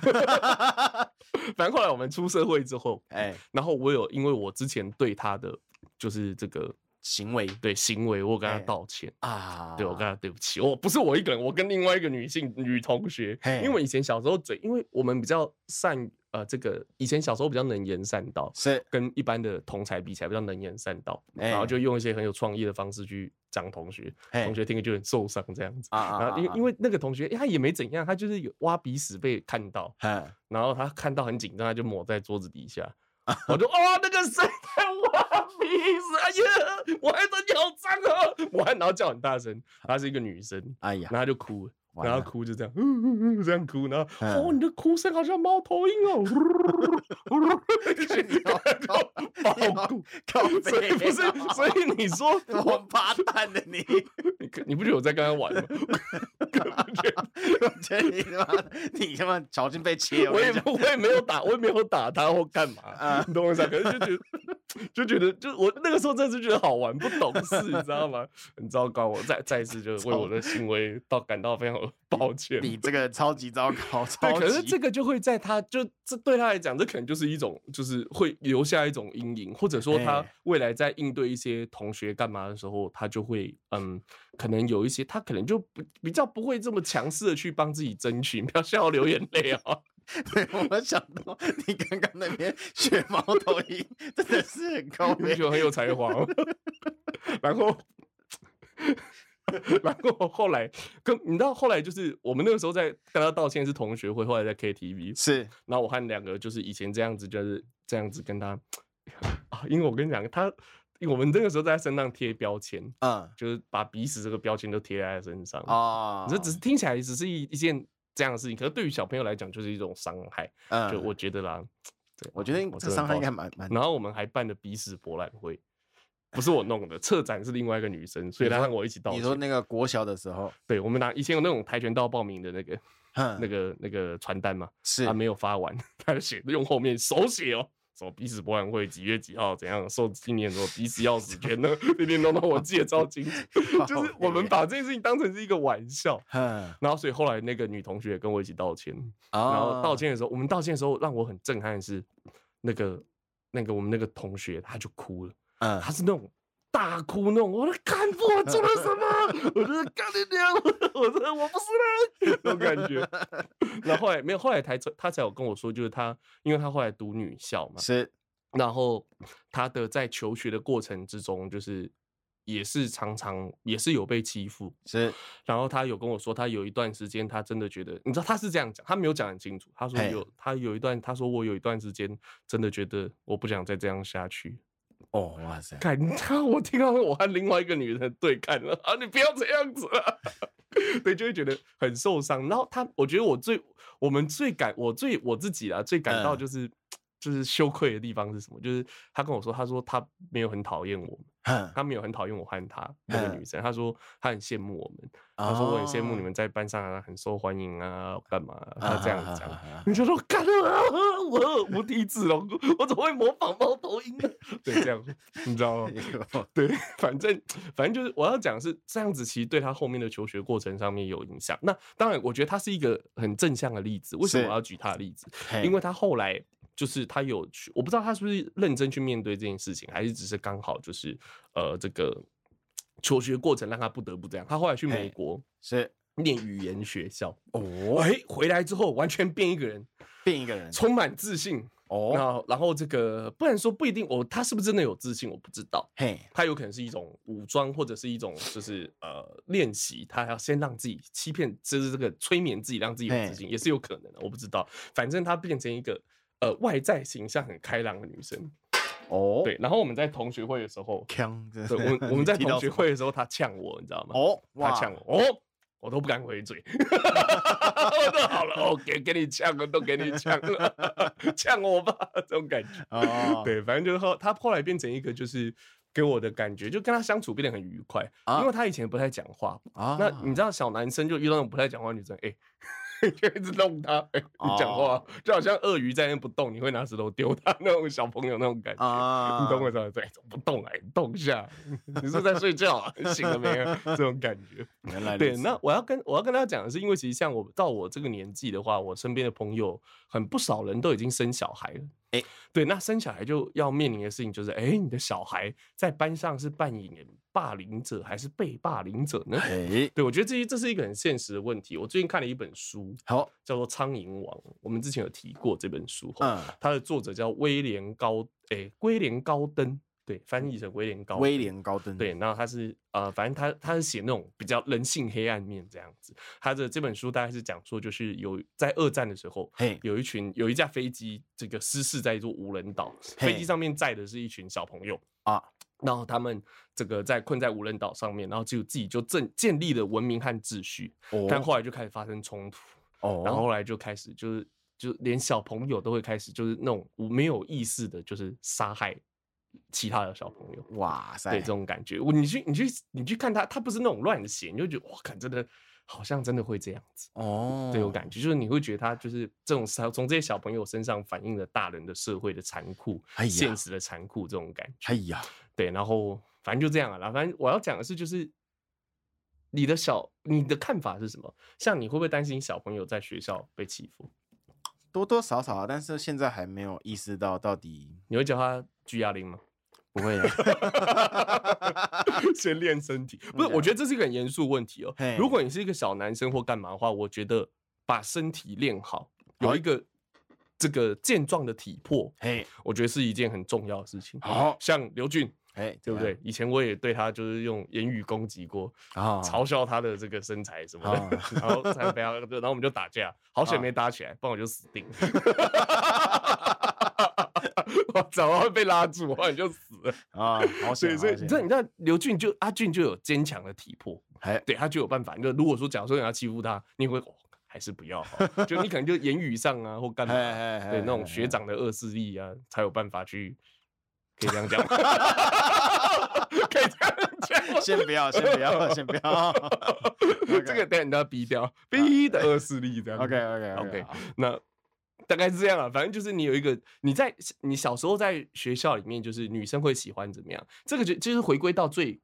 反正后来我们出社会之后，
哎，
然后我有因为我之前对他的就是这个
行为
对行为，我有跟他
哎
道歉，
啊，
对我跟他对不起，我不是我一个人，我跟另外一个女性女同学，因为
嘿
我以前小时候嘴，因为我们比较善呃这个以前小时候比较能言善道，
是
跟一般的同才比起来比较能言善道，
哎
然后就用一些很有创意的方式去讲同学，
嘿
同学听了就很受伤这样子。
啊啊，
然后因为因
为
为那个同学、哎他也没怎样，他就是有挖鼻屎被看到，
嗯，
然后他看到很紧张，他就抹在桌子底下。
啊
我就哦，那个谁在挖鼻屎？哎呀，我还真的好脏啊！我还然后叫很大声，她是一个女生，
哎
然
呀，
后她就哭了，
完
然后
了
她哭就这样，嗯嗯嗯，这样哭，然后
嗯
哦，你的哭声好像猫头鹰 哦，然
你好
后爆哭，
靠
所以
背
不是，
哦
所以你说
王八蛋的你，
你你不觉得我在跟他玩吗？ 根本觉得
我觉得你他妈你他妈小心被切，
我也
跟你讲
我也没有打，我也没有打他或干嘛，
啊
你懂我意思啊？可是就觉得就觉得就我那个时候真的是觉得好玩，不懂事，你知道吗？很糟糕，我再再一次就是为我的行为到感到非常抱歉。
你这个超级糟糕，
对，
超
可是
级
这个就会在他就这对他来讲，这可能就是一种就是会留下一种阴影，或者说他
哎
未来在应对一些同学干嘛的时候，他就会嗯，可能有一些他可能就不比较不会这么强势的去帮自己争取，你不要笑到流眼泪啊、
对我想到你刚刚那边学猫头鹰，真的是很高
你不
明
觉。得很有才华吗？ 然后， 然后后来跟你知道后来就是我们那个时候在跟他道歉是同学会，后来在 KTV，
是
然后我和两个就是以前这样子就是这样子跟他啊，因为我跟你讲他。因为我们那个时候在他身上贴标签，
嗯
就是把鼻屎这个标签都贴在他身上。
哦，
这只是听起来只是一一件这样的事情，可是对于小朋友来讲就是一种伤害。
嗯
就我觉得啦，对啊
我觉得
我
这
真的
伤害应
抱
该蛮蛮
然后我们还办了鼻屎博览会，不是我弄的，策展是另外一个女生，所以
你
她
说
和我一起道
你
歉。
说那个国小的时候，
对，我们拿以前有那种跆拳道报名的那个、
哼，
那个、那个传单嘛，
是
他没有发完， 他就写用后面手写哦。什么鼻屎博览会几月几号怎样受纪念什么鼻屎钥匙圈呢？ 那天弄到我记得超清 楚，就是我们把这件事情当成是一个玩笑，
哼，然
然后所以后来那个女同学也跟我一起道歉，
啊
然后
哦
道歉的时候，我们道歉的时候让我很震撼的是，那个那个我们那个同学他就哭了，
嗯
他是那种大哭那种，我的干部我做了什么？ 我就是干你娘！ 我说我不是人，那种感觉。然后后来没有，后来才他才有跟我说，就是他因为他后来读女校嘛，
是
然后他的在求学的过程之中，就是也是常常也是有被欺负，
是
然后他有跟我说，他有一段时间他真的觉得，你知道他是这样讲，他没有讲很清楚。他说
嘿
有，他有一段，他说我有一段时间真的觉得我不想再这样下去。
哦，哇塞，
感他我听到我和另外一个女人对看了啊，你不要这样子啊， 对，就会觉得很受伤。然后他，我觉得我最我们最感我最我自己啊，最感到
嗯
就是、就是羞愧的地方是什么？就是他跟我说，他说他没有很讨厌我，
哼，
他没有很讨厌我和他那个
嗯
女生，他说他很羡慕我们。他说我很羡慕你
哦
们在班上啊很受欢迎啊，干嘛啊、他这样
啊
讲
啊，啊啊
你就说干啊，我我第一次了，我怎么会模仿 猫头 鹰呢？对，这样你知道吗？
啊
对，反正反正就是我要讲的是这样子，其实对他后面的求学过程上面有影响。那当然，我觉得他是一个很正向的例子。为什么
是
我要举他的例子？
嘿
因为他后来就是他有去，我不知道他是不是认真去面对这件事情，还是只是刚好就是呃这个求学过程让他不得不这样。他后来去美
嘿
国
是
念语言学校，哎
哦，
哎，回来之后完全变一个人，
变一个人
充满自信，
哦，
那然后这个不然说不一定，我他是不是真的有自信，我不知道。
嘿，
他有可能是一种武装，或者是一种就是呃练习，他要先让自己欺骗，就是这个催眠自己，让自己有自信，也是有可能的，我不知道。反正她变成一个呃外在形象很开朗的女生，
哦，
对。然后我们在同学会的时候，
呛，真
对，
是
我我们在
你提到
同学
什么
会的时候，她呛我，你知道吗？
哦，哇，
他呛我，哦，我都不敢回嘴， 我都好了，哦，给给你呛了，都给你呛了， 呛我吧，这种感觉。
哦
对，反正就是后他后来变成一个就是。给我的感觉就跟他相处变得很愉快，
啊
因为他以前不太讲话。
啊，
那你知道小男生就遇到那种不太讲话的女生，哎、 就一直弄他，哎、
哦
你讲话啊、就好像鳄鱼在那边不动，你会拿石头丢他 那种小朋友那种感觉。
啊，
你懂我说对，怎么不动啊？你动一下， 你是不是在睡觉啊？ 醒了没有？这种感觉。
原来如
对，
此
那我要跟我要跟大家讲的是，因为其实像我到我这个年纪的话，我身边的朋友很不少人都已经生小孩了。
诶
对，那生小孩就要面临的事情就是，哎、你的小孩在班上是扮演霸凌者还是被霸凌者呢？
哎，
对，我觉得这这是一个很现实的问题。我最近看了一本书，
好，
叫做《苍蝇王》，我们之前有提过这本书。嗯，
嗯，
它的作者叫威廉高，诶、威廉高登，对，翻译成威廉高登。
嗯威廉高登，
对，然后他是呃，反正他他是写那种比较人性黑暗面这样子。他的这本书大概是讲说，就是有在二战的时候，
嘿，
有一群有一架飞机这个失事在一座无人岛，飞
嘿
机上面载的是一群小朋友
啊，
然后他们这个在困在无人岛上面，然后就自己就正建立了文明和秩序，但
哦，
后来就开始发生冲突，
哦，
然后后来就开始就是。就连小朋友都会开始，就是那种无没有意识的，就是杀害其他的小朋友。
哇塞，
对这种感觉。我你去你去你去看他，他不是那种乱写，你就觉得哇，看真的好像真的会这样子。
哦，
这种感觉就是你会觉得他就是这种小从这些小朋友身上反映了大人的社会的残酷、
哎呀
现实的残酷这种感觉。
哎呀，
对，然后反正就这样啊。然后反正我要讲的是，就是你的小你的看法是什么？像你会不会担心小朋友在学校被欺负？
多多少少啊，但是现在还没有意识到 到底
你会教他举哑铃吗？
不会 啊
先练身体。不是，
对啊
我觉得这是一个很严肃的问题哦
嘿。
如果你是一个小男生或干嘛的话，我觉得把身体练好，有一个这个健壮的体魄，
嘿，
我觉得是一件很重要的事情。
好
像刘俊，
哎，
对不对？以前我也对他就是用言语攻击过，
怎样？啊，
嘲笑他的这个身材什么的，
啊
然后才不要，然后我们就打架，好
哦
险没打起来，不然我就死定了。 我早晚会被拉住，我你就死了。
啊，好
所以，
险，
所以
好
你
险
知道，你知道刘俊就阿俊就有坚强的体魄，
哎，
对他就有办法。就如果说假如说你要欺负他，你会、哦、还是不要好，就你可能就言语上啊或干嘛，
哎哎
对那种学，
哎
长的恶势力啊，才有办法 去，可以这样讲吗，可以这样讲吗
哎。先不要，先不要，先不 要，OK
这个等一下你都要逼掉，逼的恶势力这样。
，OK OK
OK，
好
那大概是这样啊，反正就是你有一个你在你小时候在学校里面，就是女生会喜欢怎么样？这个就就是回归到最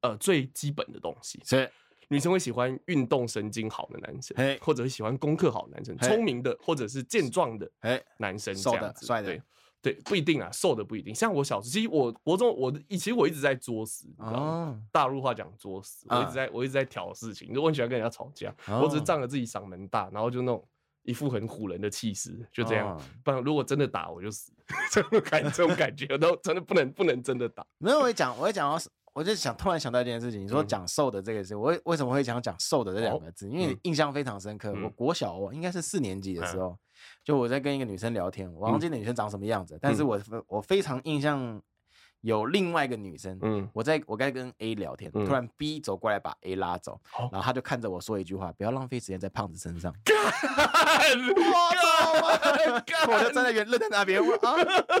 呃最基本的东西，
是，
女生会喜欢运动神经好的男生
嘿，
或者是喜欢功课好的男生，
嘿
聪明的或者是健壮的
哎，
男生，
瘦
这
的
样子
帅的
对。对，不一定啊，瘦的不一定。像我小时候，其实我国中，我其实我一直在作死，你知道吗？
哦，
大陆话讲作死，我一
啊
直在、我一直在挑事情，就我很喜欢跟人家吵架，我只是
哦
仗着自己嗓门大，然后就那种一副很唬人的气势，就这样。
哦
不然如果真的打我就死， 这种感这种感觉，然后真的不能不能真的打。
没有，我也讲，我也讲到，我就想突然想到一件事情，你说
嗯
讲瘦的这个事，我为为什么会想讲瘦的这两
哦
个字？因为
嗯
印象非常深刻。我
嗯
国小我应该是四年级的时
嗯
候，就我在跟一个女生聊天，我忘记那女生长什么样子，但是
嗯
我我非常印象有另外一个女生。
嗯，
我在我该跟 A 聊天，突
嗯
然 B 走过来把 A 拉走，
哦
然后他就看着我说一句话：“不要浪费时间在胖子身上。”
我 干
我就站在原愣在那边，我 啊，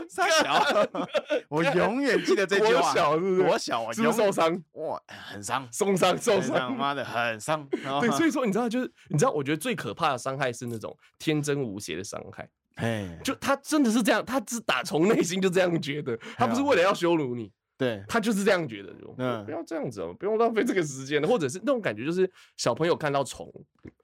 傻小， 我永远记得 这句
国
话。
小是不是
我小，啊我
是不
永
是受
远
伤？
哇，很伤，
受伤受
很伤，
伤。
妈的，很伤。 啊
对，所
以，
以说你知道，就是你知道，我觉得最可怕的伤害是那种天真无邪的伤害。
哎，
就他真的是这样，他只打从内心就这样觉得，他不是为了要羞辱你，
对，
他就是这样觉得。就
哎嗯
不要这样子哦，不用浪费这个时间了。或者是那种感觉，就是小朋友看到虫，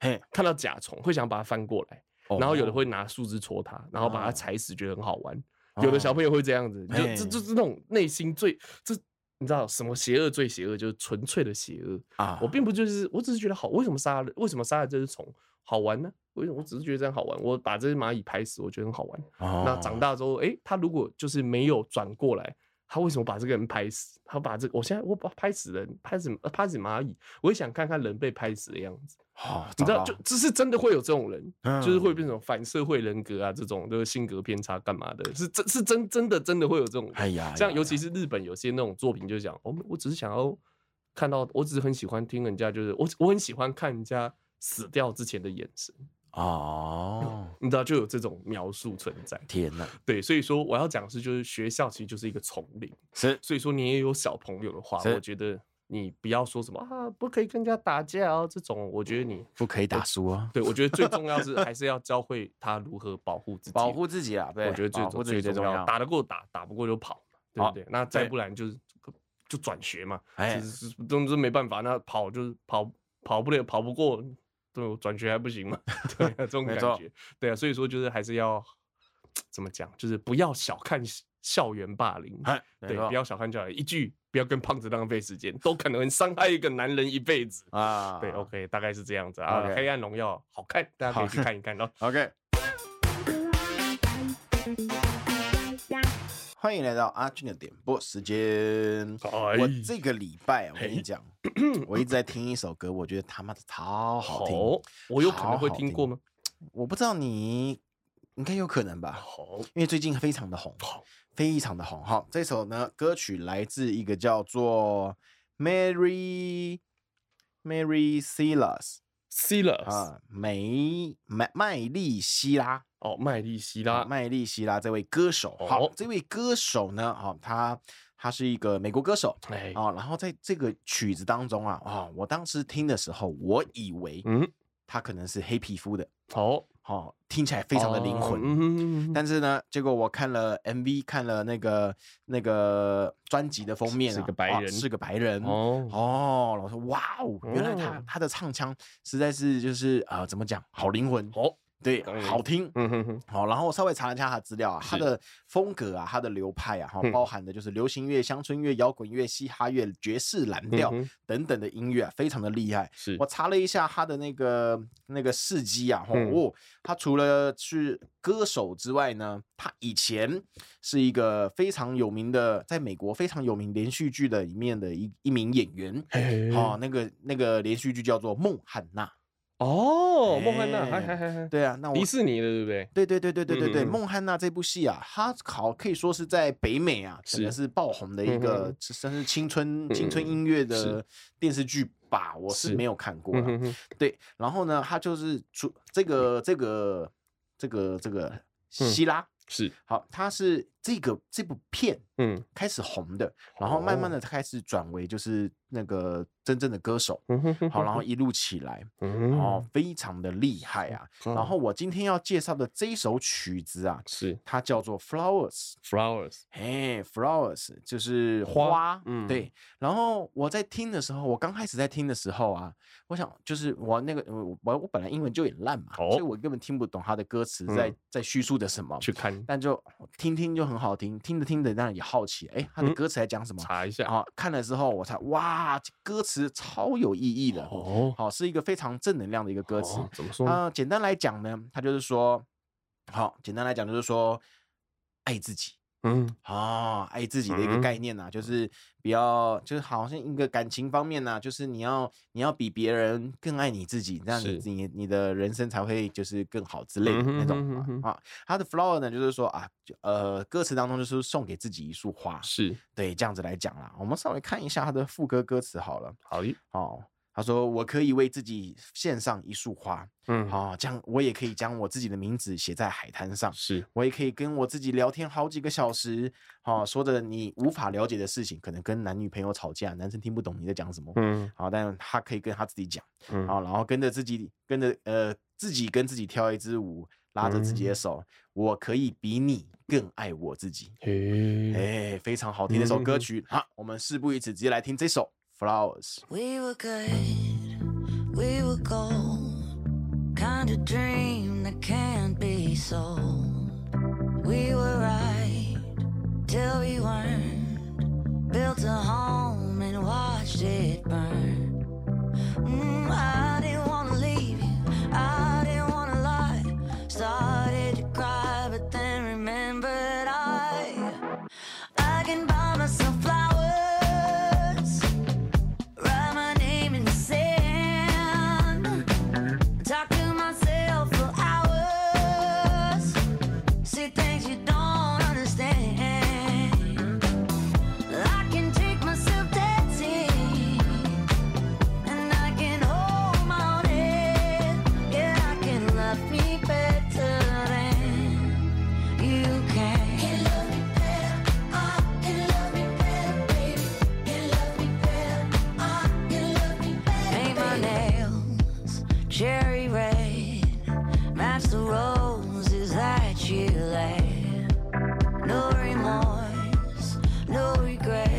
嘿，
看到甲虫，会想把它翻过来，然后有的会拿树枝戳它，然后把它
哦
踩死，觉得很好玩。
哦
有的小朋友会这样子，就
嘿
这就是那种内心最这。你知道什么邪恶最邪恶，就是纯粹的邪恶。
啊，
我并不就是，我只是觉得好，为什么杀了？为什么杀了这只虫好玩呢？我我只是觉得这样好玩，我把这只蚂蚁拍死，我觉得很好玩。那
那
长大之后，诶，他如果就是没有转过来，他为什么把这个人拍死？他把这个，我现在我把拍死人，拍死呃拍死蚂蚁，我也想看看人被拍死的样子。
好，
你知
哦长
道，
大
就这是真的会有这种人，就是会
嗯
变成反社会人格啊，这种就是性格偏差干嘛的，是真是真真的真的会有这种人。
哎呀，哎
像
呀
尤其是日本有些那种作品，就讲我们我只是想要看到，我只是很喜欢听人家，就是我我很喜欢看人家死掉之前的眼神，
哦，
你知道就有这种描述存在。
天哪，
对，所以说我要讲的是，就是学校其实就是一个丛林，
是
所以说你也有小朋友的话，
是
我觉得你不要说什么啊，不可以跟人家打架哦，这种我觉得你
不可以打输啊，
对我觉得最重要是还是要教会他如何保护自己，
保护自己啊，对，
我觉得最
保护自
最
己最
重
重要。
打得过打，打不过就跑嘛，对
好
不对？那再
对
不然就是就转学嘛，
哎
这是真真没办法，那跑就是跑跑不了，跑不过，对，我转学还不 行嘛，对啊，这种
没
感
错
觉，对啊，所以说就是还是要怎么讲，就是不要小看校园霸凌，
哎，没
对，
错
不要小看校园，一句不要跟胖子浪费时间，都可能伤害一个男人一辈子。
啊，
对，OK，大概是这样子啊。
OK
黑暗荣耀好看，大家可以去
好
看一 看哦。
OK。欢迎来到阿俊的点播时间。
哎
我这个礼拜啊，我跟
嘿
你讲，我一直在听一首歌，我觉得他妈的超好听。
好，我有可能
好
会
好
听过吗？
我不知道你应该有可能吧，
好，
因为最近非常的红，非常的红。好，这首呢歌曲来自一个叫做 Mary Mary Silas
Silas，
啊，梅麦麦丽希拉。
哦，麦莉希
啊，
拉，
麦莉希拉这位歌手。
哦
好，这位歌手呢，啊，他他是一个美国歌手
哎，
啊。然后在这个曲子当中啊，啊，我当时听的时候，我以为
嗯，
他可能是黑皮肤的，
好，
哦，听起来非常的灵
哦
魂。
嗯
但是呢，结果我看了 MV，看了那个那个专辑的封面啊、
是个白
啊
人
是个白人
哦，
哦，我说哇哦，原来他、
哦
他的唱腔实在是就是呃怎么讲，好灵魂，
好，
对，
当然
好听，
嗯哼哼，
好，然后我稍微查了一下他的资料啊，他
是
的风格啊，他的流派啊，哈
嗯，
包含的就是流行乐、乡村乐、摇滚乐、嘻哈乐、爵士蓝调
嗯哼
等等的音乐啊，非常的厉害。
是
我，查了一下他的那个那个事迹啊，哈
嗯
哦，他除了是歌手之外呢，他以前是一个非常有名的，在美国非常有名连续剧的里面的一一名演员。
嘿
哦，那个那个连续剧叫做《孟汉娜》。
哦，孟汉娜，
哎
嗨嗨嗨嗨，
对啊，那我
迪士尼的对不对？
对对对对对对对，
嗯嗯嗯
孟汉娜》这部戏啊，它好可以说是在北美啊，真的
是
是爆红的一
嗯
个
哼，
甚至青春青春
嗯
音乐的
是
电视剧吧，我
是
是没有看过
嗯
啦。
哼哼，
对，然后呢，他就是主这个这个这个这个
嗯
希拉，
是，
好，他是这个这部片
嗯
开始红的，然后慢慢
哦
的开始转为就是那个真正的歌手，
嗯哼哼，
好，然后一路起来，
嗯，
然后非常的厉害啊。
嗯，
然后我今天要介绍的这一首曲子啊，
是
它叫做 Flowers。
Flowers，
哎，Flowers 就是
花
花，
嗯
对。然后我在听的时候，我刚开始在听的时候啊，我想就是我那个我我我本来英文就很烂嘛，
哦
所以我根本听不懂它的歌词在、
嗯
在叙述的什么，
去看
但就听听就很好听，听着听着当然也好奇，哎，它的
嗯
歌词在讲什么？
查一下
然，后看了之后，我才哇，这歌词超有意义的，好、
哦，
是一个非常正能量的一个歌词。
哦怎么说呢？
啊、简单来讲呢，他就是说，好，简单来讲就是说，爱自己
嗯，
啊、爱自己的一个概念呐、就是不要，就是好像一个感情方面呐、就是你要你要比别人更爱你自己，这样你
是
你你的人生才会就是更好之类的
嗯哼
那
哼
种
哼哼
啊啊。他的 flower 呢，就是说啊，就呃，歌词当中就是送给自己一束花，
是，
对，这样子来讲啦。我们稍微看一下他的副歌歌词好了，
好的，
哦。他说：“我可以为自己献上一束花，
嗯，，
哦，这样我也可以将我自己的名字写在海滩上，
是，
我也可以跟我自己聊天好几个小时，哦，说着你无法了解的事情，可能跟男女朋友吵架，男生听不懂你在讲什么，
嗯
好、但他可以跟他自己讲，哦
嗯，
好、然后跟着自己，跟着呃自己跟自己跳一支舞，拉着自己的
嗯
手，我可以比你更爱我自己，
嘿，
哎，非常好听的一首歌
嗯
曲，好、我们事不宜迟，直接来听这首 Flowers。
We were good, we were gold. Kind of dream that can't be sold. We were right till we weren't. Built a home and watched it burn. Mm, I didn't wanna leave you, I didn't wanna lie. Chile. No remorse, no regret.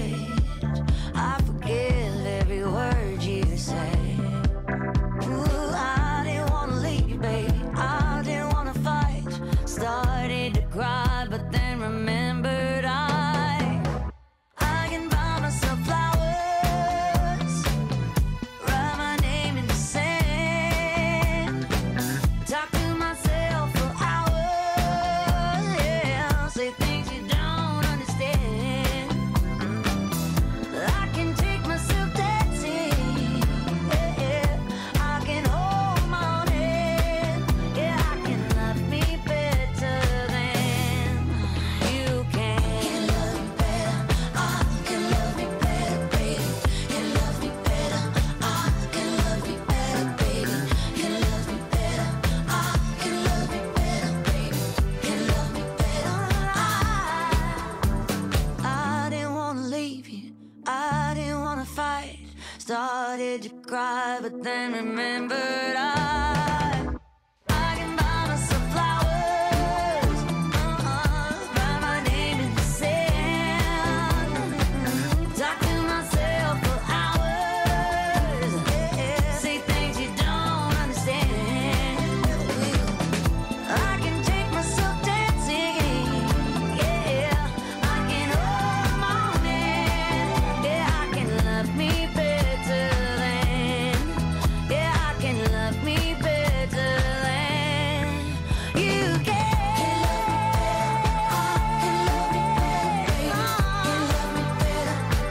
I forgive every word you say. Ooh, I didn't wanna leave, babe. I didn't wanna fight. Started to cry, but then remembered I I can buy myself flowers, write my name in the sand, talk to myself for hours, yeah, say things you don't understand. I can take myself dancing. Yeah, I can hold my own hand. Yeah, I can love me better than you can. Can love me better. I can love me better, baby. Can love me better. I can love me better, baby. Can love me better. I can love me better, baby. Can love me better. I didn't wanna leave you. I didn't wanna fight. Started to cry, but then remembered I. I can buy myself flowers. Uh-uh. Write my name in the sand. Talk to myself for hours. Yeah. Say things you don't understand. I can take myself dancing, yeah. I can hold my own hand, yeah. I can love me better than, yeah. I can love me better than you can. Can love me better,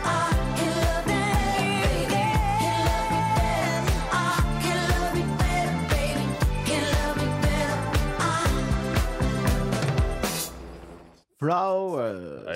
I can love me better, baby. Can love me better, I can love me better, baby. Can love me better, I can love me better, baby. Can love me better, I.
Flowers，哎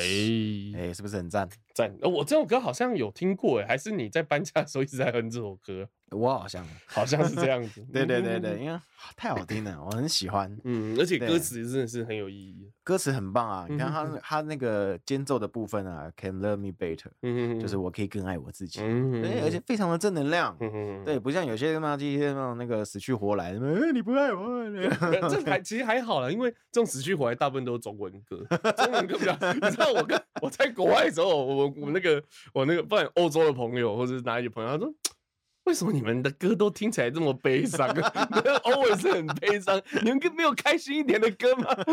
哎，
哎，是不是很赞？
赞！呃我这首歌好像有听过，哎，还是你在搬家的时候一直在哼这首歌，
我好像，
好像是这样子
。对对对
嗯
对，，因为太好听了，我很喜欢。
嗯，而且
对
歌词真的是很有意义。
歌词很棒啊！你看他
嗯哼
他那个间奏的部分啊，Can love me better，
嗯，
就是我可以更爱我自己，
嗯，
对，而且非常的正能量。
嗯，
对，不像有些嘛，这些那种那个死去活来，什么哎你不 爱我，
呃这还其实还好啦，因为这种死去活来大部分都是中文歌，中文歌比较。你知道我跟我在国外的时候，我我那个我那个不然欧洲的朋友或者是哪里的朋友，他说。为什么你们的歌都听起来这么悲伤啊？ 偶尔是很悲伤，你们没有开心一点的歌吗？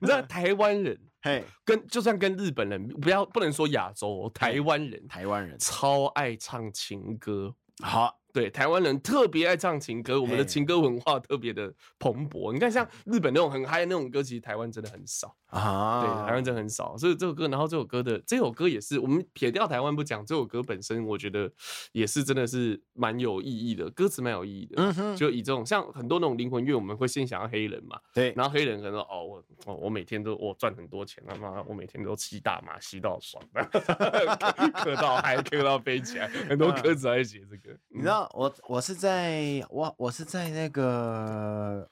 你知道台湾人
嘿，
跟就算跟日本人，不要不能说亚洲哦，台湾人
台湾人
超爱唱情歌，
好，
对，台湾人特别爱唱情歌，我们的
嘿
情歌文化特别的蓬勃。你看，像日本那种很嗨的那种歌，其实台湾真的很少，对，
啊，
台湾真的很少。所以这首歌，然后这首歌的这首歌也是，我们撇掉台湾不讲，这首歌本身我觉得也是真的是蛮有意义的，歌词蛮有意义的。
嗯哼，
就以这种像很多那种灵魂乐，我们会先想要黑人嘛，
对，
然后黑人可能说哦我哦我每天都我赚很多钱，他妈我每天都吸大麻吸到爽， 嗑嗑到嗨，嗑到飞起来，很
嗯
多歌词还写这个，嗯
你知道我我是在我我是在那个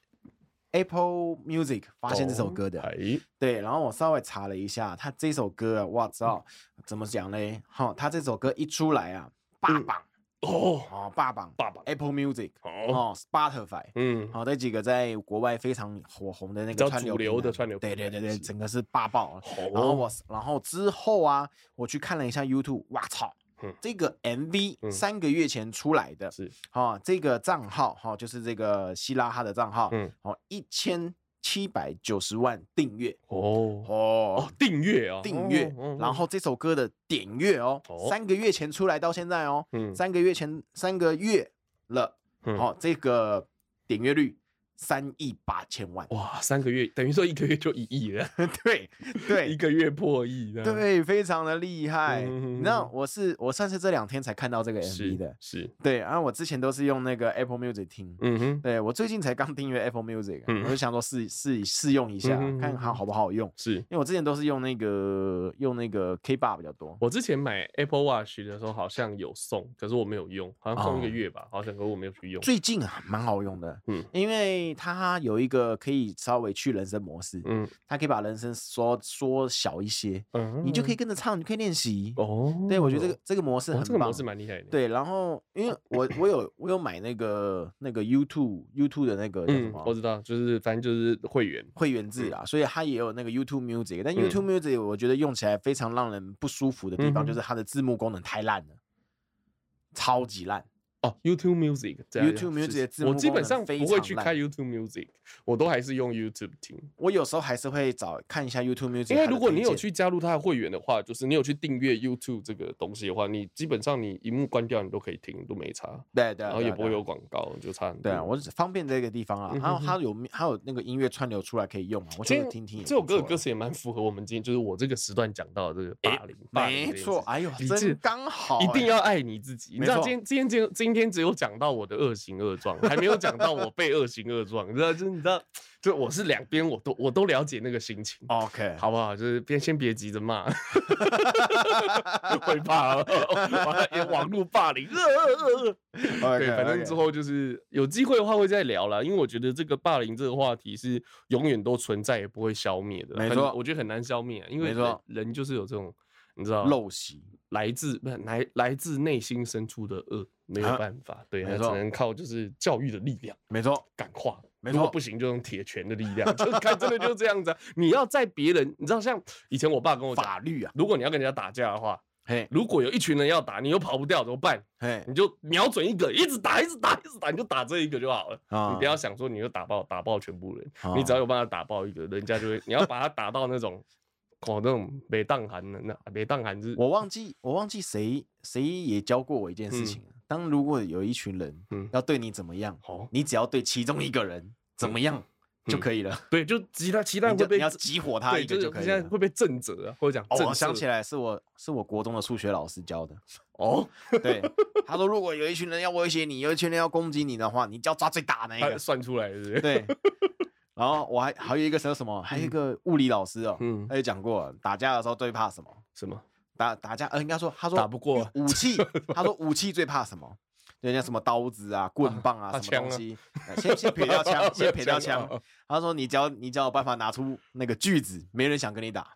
Apple Music 发现这首歌的，
哎，
对，然后我稍微查了一下，他这首歌啊，我
嗯
操，怎么讲嘞？哈，他这首歌一出来啊，霸
嗯
榜
哦，
哦，霸榜
爸爸，
Apple Music
哦，
哦，Spotify
嗯，
哦，这几个在国外非常火红的那
比较
个串流
主
平
流的
台
串流
对
平
对对
台
对，
是
整个是霸爆。然后
哦，
我，然后之后啊，我去看了一下 YouTube，哇操
嗯，
这个 MV
嗯
三个月前出来的，
是
哦，这个账号哈、哦，就是这个希拉哈的账号，
嗯
哦，一千七百九十万订阅
哦
哦
哦，，订阅啊，
订阅
哦，
然，后这首歌的点阅哦
哦，
三个月前出来到现在哦，
嗯
三个月前三个月了，
嗯
哦，这个点阅率三亿八千万，
哇，三个月等于说一个月就一亿了，
对
一
对
个月破亿的，，
对，非常的厉害。
嗯哼
你知道
哼，
我是我算是这两天才看到这个 MV
是
的，
是，
对，然、后我之前都是用那个 Apple Music 听。
嗯哼，
对我最近才刚订阅 Apple Music，、啊
嗯
我就想说试试试用一下，
嗯哼
看
哼
它
哼
好不好用。
是，
因为我之前都是用那个用那个 K bar 比较多，
我之前买 Apple Watch 的时候好像有送，可是我没有用，好像送一个
哦
月吧，好像可是我没有去用。
最近啊蛮好用的，
嗯
因为为他有一个可以稍微去人声模式，
嗯
他可以把人声缩缩小一些，
嗯
你就可以跟着唱，你就可以练习。
哦。
对，我觉得这个这个模式
哇
很
这个模
棒。
式蛮厉哦害的。，
对，然后因为我我有我有买那个那个 YouTube YouTube 的那个叫什
嗯，
么、
我知道，就是反正就是会员。
会员制啦，所以它也有那个 YouTube Music，但
嗯
YouTube Music 我觉得用起来非常让人不舒服的地方，
嗯哼
就是它的字幕功能太烂了，超级烂。
哦，YouTube Music 这样
YouTube
是
Music
是
的字
我
幕
基
功
本
能
上
非
不会
常
去
烂
开 YouTube Music，我都还是用 YouTube 听。
我有时候还是会找看一下 YouTube Music，
因为
它的
如果你
推
有
荐
去加入它的会员的话，就是你有去订阅 YouTube 这个东西的话，你基本上你荧幕关掉你都可以听，都没差，
对对，
然后也
对
不会。有
对
广告，就差很多。
对啊，我只方便这个地方啊，
嗯
然后
哼
它有还有那个音乐串流出来可以用啊，我
今
觉得
天
听听也
这首
不
歌的
错
歌
啊
词也蛮符合我们今天就是我这个时段讲到的这个霸凌，霸凌
没
这件
错
事，情
哎呦，
理智
真刚好欸，
一定要爱你自己。你
没
知道
错
今天今天今天今天只有讲到我的恶行恶状，还没有讲到我被恶行恶状。你知道，就是你知道，就我是两边我都我都了解那个心情。
OK，
好不好？就是别先别急着骂， 会怕哦了，也网络霸凌。呃呃呃
，OK，
对，反正之后就是有机会的话会再聊啦，因为我觉得这个霸凌这个话题是永远都存在，也不会消灭的。
没
很
错
我觉得很难消灭，啊因为
没错
人人就是有这种你知道
陋习，
来自不是来来自内心深处的恶，没有
啊
办法，对，
没
那只
错
能靠就是教育的力量。
没错，
感化，
没
如果
错
不行就用铁拳的力量，就看真的就这样子、啊。你要在别人，你知道像以前我爸跟我
法
讲，
律啊，
如果你要跟人家打架的话，
嘿，
如果有一群人要打，你又跑不掉怎么办？
嘿，
你就瞄准一个，一直打，一直打，一直打，你就打这一个就好了。嗯
啊
你不要想说你就打爆打爆全部人，
啊
你只要有办法打爆一个，人家就会，你要把他打到那种。 哦，那种北当寒的，那北当寒是
我忘记我忘记谁谁也教过我一件事
嗯
情了，当如果有一群人
嗯
要对你怎么样，
哦，
你只要对其中一个人怎么样就
嗯
可以了，
对，就鸡蛋鸡蛋
你
会
就
被
你要激活他
对，
一个
就是
可以
现在
了。
会被震折啊，或者讲
哦，
震
我想起
慑
来，是我是我国中的数学老师教的。
哦，
对，他说如果有一群人要威胁你，有一群人要攻击你的话，你就要抓最大的那一
他
个。
算出来哎是不是？
对。然后我还还有一个是什么？还有一个物理老师哦，
嗯
他，就讲过打架的时候最怕什么？
什么？
打打架，呃，应该说他说
打不过
武 器，他说武器最怕什么？人家什么刀子啊、棍棒啊
怕，
什么
枪啊
东西？呃先先撇 掉
没有
枪，先撇掉
枪
枪。他说你只要你只要有办法拿出那个锯子，没人想跟你打。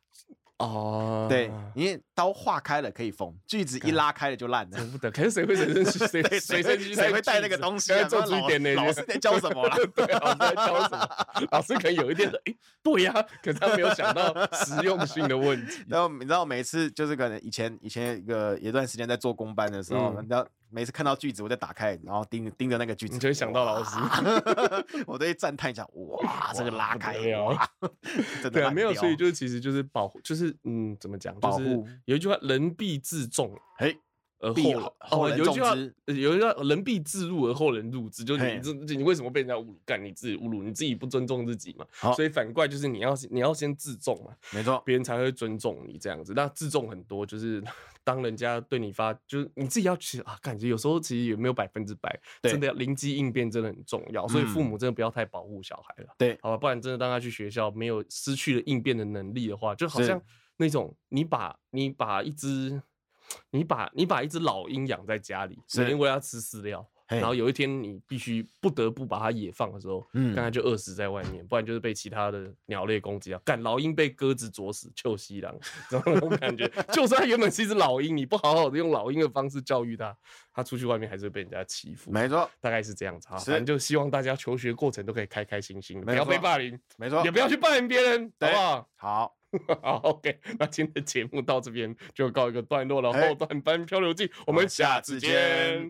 哦，
对，因为刀划开了可以缝，锯子一拉开了就烂了
舍。不得。可是谁会随身去谁
对
随
谁
身
会
去
谁会带那个东西啊？
做
那
出一
老
点呢？？
老师在教什么啦
对，啊老师在教什么？老师可能有一点的，哎，对呀，可是他没有想到实用性的问 题。
然后你知道每次就是可能以前以前一个有一段时间在做工班的时候，
嗯
你知道每次看到锯子，我就打开，然后盯盯着那个锯子，
你就会想到老
师， 我都会赞叹一下，哇，这个拉
不
开
得，了
哇，真的
对啊，
烂
没有，
掉
所以就是其实就是保护，就是嗯，怎么讲？
保
就是
护
有一句话，人必自重。啊
嘿，
而
必
后
后
哦
后人
有一句
重
话
之，
呃有一句话，人必自入而后人入之，就是你
嘿
自你为什么被人家侮辱？干你自己侮辱，你自己不尊重自己嘛。
好
所以反过来就是你要你要先自重嘛，
没错，
别人才会尊重你这样子。那自重很多，就是 当人家对你发，就是你自己要去啊，感觉有时候其实也没有百分之百，
对
真的要灵机应变真的很重要。所以父
嗯
母真的不要太保护小孩了。
对
好吧，不然真的当他去学校没有失去了应变的能力的话，就好
是
像那种你把你把一只你把你把一只老鹰养在家里，每
是
天喂它吃饲料，
嘿
然后有一天你必须不得不把它野放的时候，
嗯
嗯，看它就饿死在外面，不然就是被其他的鸟类攻击啊。干老鹰被鸽子啄死，臭西郎，然后那种感觉， 就算它原本是一只老鹰，你不好好的用老鹰的方式教育它，它出去外面还是会被人家欺负。
没错，
大概是这样子啊，
是
反正就希望大家求学过程都可以开开心心的，不
没
要被
错
霸凌，
没错
也，不要去霸凌别人，好
对
不好？
好，
好，OK，那今天的节目到这边就告一个段落了，
哎
后段班漂流记，我
我
们下次见。